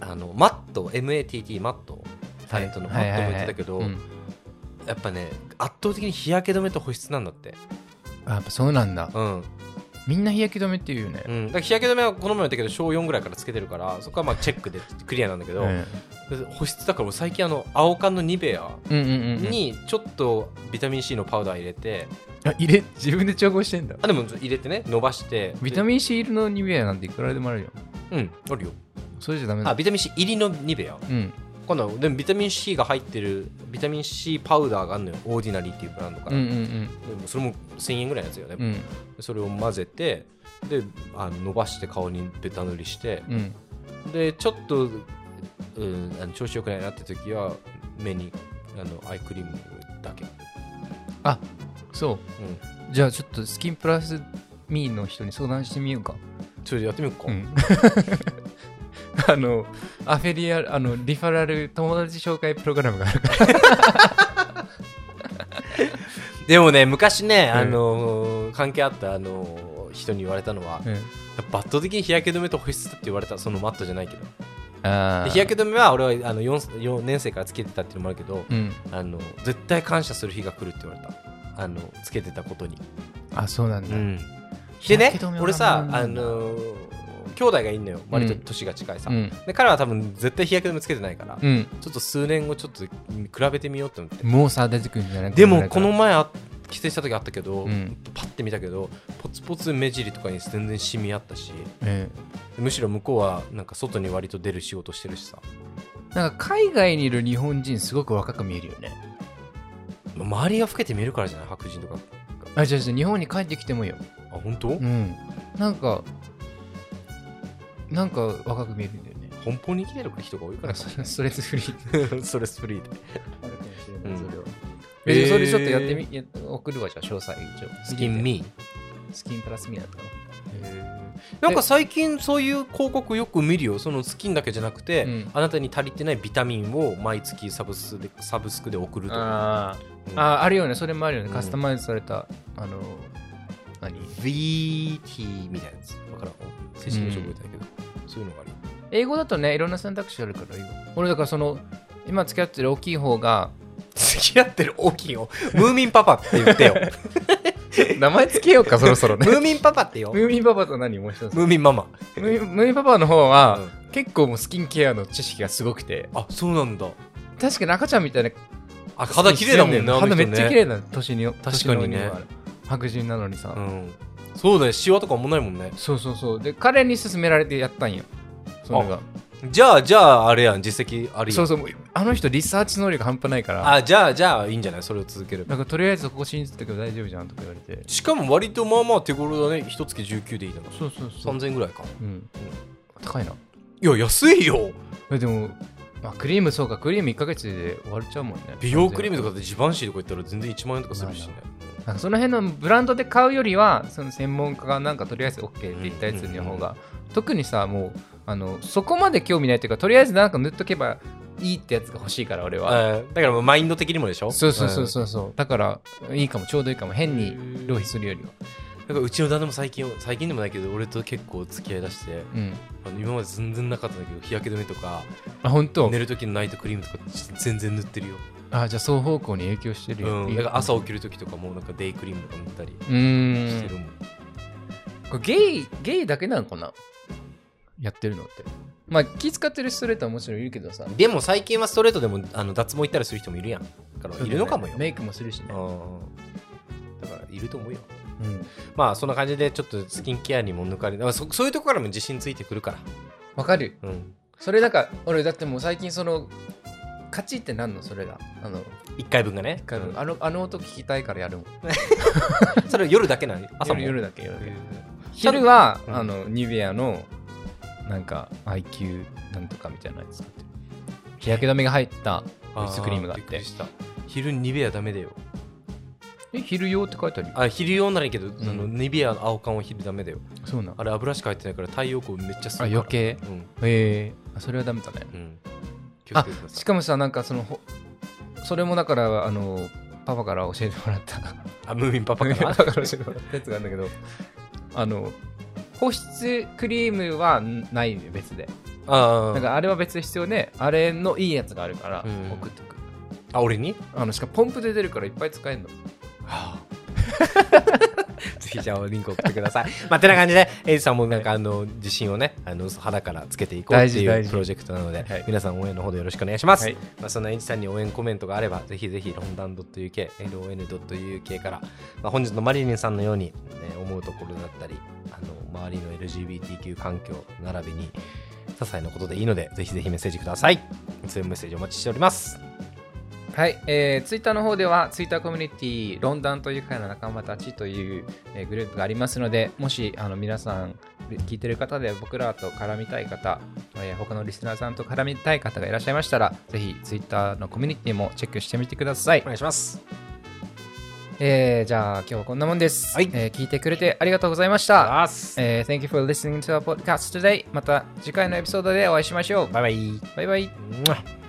Speaker 1: あのマット MATT マットタレントのマットも言ってたけど、
Speaker 2: はいはいはい
Speaker 1: やっぱね圧倒的に日焼け止めと保湿なんだって
Speaker 2: うんあやっぱそうなんだ
Speaker 1: うん、み
Speaker 2: みんな日焼け止めって言うよね
Speaker 1: う、ん、だから日焼け止めはこの前も言ったけど小4ぐらいからつけてるからそこはまあチェックでクリアなんだけど、
Speaker 2: うん
Speaker 1: 保湿だから俺最近あの青缶のニベア
Speaker 2: うんうんうんうん
Speaker 1: にちょっとビタミン C のパウダー入れて
Speaker 2: あ入れ自分で調合してんだ
Speaker 1: あでも入れてね伸ばして
Speaker 2: ビタ
Speaker 1: ン
Speaker 2: ミン C 入りのニベアなんていくらでもあるよ
Speaker 1: うんあるよ
Speaker 2: それじゃダメだ
Speaker 1: あビタミン C 入りのニベア
Speaker 2: うん
Speaker 1: 今度はでもビタミン C が入ってるビタミン C パウダーがあるのよオーディナリーっていうブランドか
Speaker 2: うんう
Speaker 1: ら、
Speaker 2: ん
Speaker 1: でもそれも1000円ぐらいのやつよね、
Speaker 2: うんうん
Speaker 1: それを混ぜてであの伸ばして顔にベタ塗りして
Speaker 2: うん
Speaker 1: でちょっと、うん、あの調子よくないなって時は目にあのアイクリームだけ、
Speaker 2: そう
Speaker 1: うん、
Speaker 2: じゃあちょっとスキンプラスミーの人に相談してみようか
Speaker 1: ちょっとやってみようか、
Speaker 2: うん あのアフェリアルあのリファラル友達紹介プログラムがあるから
Speaker 1: でもね昔ね、
Speaker 2: うん
Speaker 1: あのー関係あった、あのー人に言われたのは、やっぱ圧倒的に日焼け止めと保湿って言われたそのマットじゃないけど
Speaker 2: あ
Speaker 1: で
Speaker 2: ー
Speaker 1: 日焼け止めは俺はあの 4, 4年生からつけてたっていうのもあるけど、
Speaker 2: うん
Speaker 1: あの絶対感謝する日が来るって言われたあのつけてたことに、
Speaker 2: あそうなんだ
Speaker 1: で
Speaker 2: 日焼
Speaker 1: ね
Speaker 2: け止めは
Speaker 1: 俺さ
Speaker 2: なん
Speaker 1: あ
Speaker 2: だ
Speaker 1: のー兄弟がいんのよ割と
Speaker 2: うん
Speaker 1: 年が近いさ、
Speaker 2: うん
Speaker 1: で彼は多分絶対日焼け止めつけてないから、ち
Speaker 2: うん
Speaker 1: ょっと数年後ちょっと比べてみようって思って、
Speaker 2: もうさ出てくるんじゃない
Speaker 1: でもこの前あ帰省した時あったけど、
Speaker 2: うん
Speaker 1: パッて見たけどポツポツ目尻とかに全然シミあったし
Speaker 2: え
Speaker 1: むしろ向こうはなんか外に割と出る仕事してるしさ
Speaker 2: えなんか海外にいる日本人すごく若く見えるよね
Speaker 1: 周りが老けて見えるからじゃない白人とか
Speaker 2: あじゃあじゃあ日本に帰ってきてもよ
Speaker 1: あ本当、
Speaker 2: うんなんかなんか若く見えるんだよね
Speaker 1: 奔放に生きてる人が多い からさ
Speaker 2: ストレスフリー
Speaker 1: それスプリーで
Speaker 2: あるかもしれ
Speaker 1: ないそ
Speaker 2: そ
Speaker 1: れ
Speaker 2: れ
Speaker 1: え
Speaker 2: は、
Speaker 1: ー
Speaker 2: えそれちょっとやってみや送るわじゃあ詳細一応
Speaker 1: スキン
Speaker 2: 見
Speaker 1: ミ
Speaker 2: て
Speaker 1: ー
Speaker 2: スキンプラスミーだったかな
Speaker 1: なんか最近そういう広告よく見るよそのスキンだけじゃなくて、
Speaker 2: うん
Speaker 1: あなたに足りてないビタミンを毎月サブスでサブスクで送るとか
Speaker 2: あー、
Speaker 1: うん
Speaker 2: あーあるよねそれもあるよね、
Speaker 1: うん
Speaker 2: カスタマイズされたあの何
Speaker 1: VT みたいなやつわからん正式名称覚えてないけど、そういうのがあるよ
Speaker 2: 英語だとねいろんな選択肢あるからいいよ俺だからその今付き合ってる大きい方が
Speaker 1: 付き合ってる大きいよムーミンパパって言って よ
Speaker 2: 名前つけよう かそろそろ
Speaker 1: ムーミンパパってよ
Speaker 2: ムーミンパパと何もう一つ
Speaker 1: ムーミンママ
Speaker 2: ムームーミンパパの方は、
Speaker 1: うん
Speaker 2: 結構もうスキンケアの知識がすごくて
Speaker 1: あそうなんだ
Speaker 2: 確かに赤ちゃんみたいな
Speaker 1: あ肌綺麗だもんねあの人
Speaker 2: 肌
Speaker 1: ね
Speaker 2: めっちゃ綺麗な年に
Speaker 1: 確かにね
Speaker 2: 年の割には白人なのにさ、
Speaker 1: うんそうだよシワとかもないもんね
Speaker 2: そうそうそうで彼に勧められてやったんよそれが
Speaker 1: じゃあじゃああれやん実績ある
Speaker 2: そ
Speaker 1: よ
Speaker 2: うそうもうあの人リサーチ能力半端ないから
Speaker 1: あじゃあじゃあいいんじゃないそれを続ければ
Speaker 2: なんかとりあえずここ信じてたけど大丈夫じゃんとか言われて
Speaker 1: しかも割とまあまあ手頃だね一月19でいいだろ
Speaker 2: そうそうそう、
Speaker 1: 3000円ぐらいか
Speaker 2: うん、高いない
Speaker 1: や安いよ
Speaker 2: えでも、まあ、クリームそうかクリーム1ヶ月で終わっちゃうもんね
Speaker 1: 美容クリームとかだってジバンシーとか言ったら全然1万円とかするしね
Speaker 2: なんかその辺のブランドで買うよりはその専門家がなんかとりあえず OK って言ったやつの方が、特にさもうあのそこまで興味ないというかとりあえずなんか塗っとけばいいってやつが欲しいから俺
Speaker 1: え
Speaker 2: は、
Speaker 1: ーだからもうマインド的にもでしょ
Speaker 2: そうそうそうそうそうだからいいかもちょうどいいかも変に浪費するよりは
Speaker 1: うんなんかうちの旦那も最近最近でもないけど俺と結構付き合いだして
Speaker 2: うん
Speaker 1: あの今まで全然なかったんだけど日焼け止めとか
Speaker 2: あ本当
Speaker 1: 寝る時のナイトクリームとか全然塗ってるよ、
Speaker 2: あじゃあ双方向に影響してるよ、
Speaker 1: う
Speaker 2: い
Speaker 1: ん、
Speaker 2: い
Speaker 1: なんか朝起きる時とかもなんかデイクリームとか塗ったり
Speaker 2: うーん
Speaker 1: してるもん、
Speaker 2: これゲイゲイだけなのかなやってるのってまあ気使ってるストレートはもちろんいるけどさ
Speaker 1: でも最近はストレートでもあの脱毛行ったりする人もいるやんだからいるのかもよ、
Speaker 2: メイクもするしね
Speaker 1: うんだからいると思うよ
Speaker 2: うん
Speaker 1: まあそんな感じでちょっとスキンケアにも抜かれまあそそういうところからも自信ついてくるか
Speaker 2: わかる
Speaker 1: ら、うん、
Speaker 2: それだから俺だってもう最近そのカチってなんのそれがあの
Speaker 1: 1回分がね
Speaker 2: あのあのあの音聞きたいからやるもん
Speaker 1: うんそれ夜だけなの朝も
Speaker 2: 夜夜だけ夜だけ
Speaker 1: うん
Speaker 2: 昼は、
Speaker 1: うん
Speaker 2: あのニベアのなんか IQ なんとかみたいなやつ使ってる日焼け止めが入った薄クリームがあっ
Speaker 1: びく
Speaker 2: て
Speaker 1: りした昼ニベアダメだよ
Speaker 2: え昼用って書いてあるよ
Speaker 1: あ昼用ならいいけど、
Speaker 2: ん
Speaker 1: あのニベアの青缶は昼ダメだよ
Speaker 2: そうなんあ
Speaker 1: あれ油しか入ってないから太陽光めっちゃ吸うから
Speaker 2: 余計
Speaker 1: うん
Speaker 2: へえあそれはダメだね
Speaker 1: うん気をつ
Speaker 2: あ
Speaker 1: けてくださ
Speaker 2: し
Speaker 1: い
Speaker 2: かもさなんかそのほそれもだからあのパパから教えてもらった
Speaker 1: あムーミンパパ か
Speaker 2: パ
Speaker 1: な
Speaker 2: パから教えてもらったやつがあるんだけどあの保湿クリームはないよ別で
Speaker 1: あ
Speaker 2: なん
Speaker 1: ー
Speaker 2: かあれは別で必要であれのいいやつがあるから
Speaker 1: うん
Speaker 2: 送ってく
Speaker 1: あ俺に
Speaker 2: あのしかもポンプで出るからいっぱい使えるの
Speaker 1: はあ ぜひじゃあリンク送ってください。まあ、てな感じで、エイジさんもなんかあの自信をね、あの肌からつけていこう
Speaker 2: 大
Speaker 1: っ
Speaker 2: 事
Speaker 1: てい
Speaker 2: 大
Speaker 1: う
Speaker 2: 事
Speaker 1: プロジェクトなので、
Speaker 2: はい
Speaker 1: 皆さん応援のほどよろしくお願いします。
Speaker 2: はい
Speaker 1: まあ、そんなエイジさんに応援コメントがあれば、ぜひぜひロンダン .uk、lon.uk から、まあ、本日のマリリンさんのように、ね、思うところだったり、あの周りの LGBTQ 環境並びに、些細なことでいいので、ぜひぜひメッセージください。そういうメッセージお待ちしております。
Speaker 2: はい、えー、ツイッターの方では、ツイッターコミュニティ、ロンダンという会の仲間たちという、えーグループがありますので、もしあの皆さん、聞いてる方で僕らと絡みたい方、えー他のリスナーさんと絡みたい方がいらっしゃいましたら、ぜひツイッターのコミュニティもチェックしてみてください
Speaker 1: お。願いします。
Speaker 2: えー、じゃあ、今日はこんなもんです。
Speaker 1: はい
Speaker 2: えー聞いてくれてありがとうございました。
Speaker 1: あす
Speaker 2: えー Thank you for listening to our podcast today. また次回のエピソードでお会いしましょう。
Speaker 1: バイバイ。
Speaker 2: バイバイ。
Speaker 1: Mwah.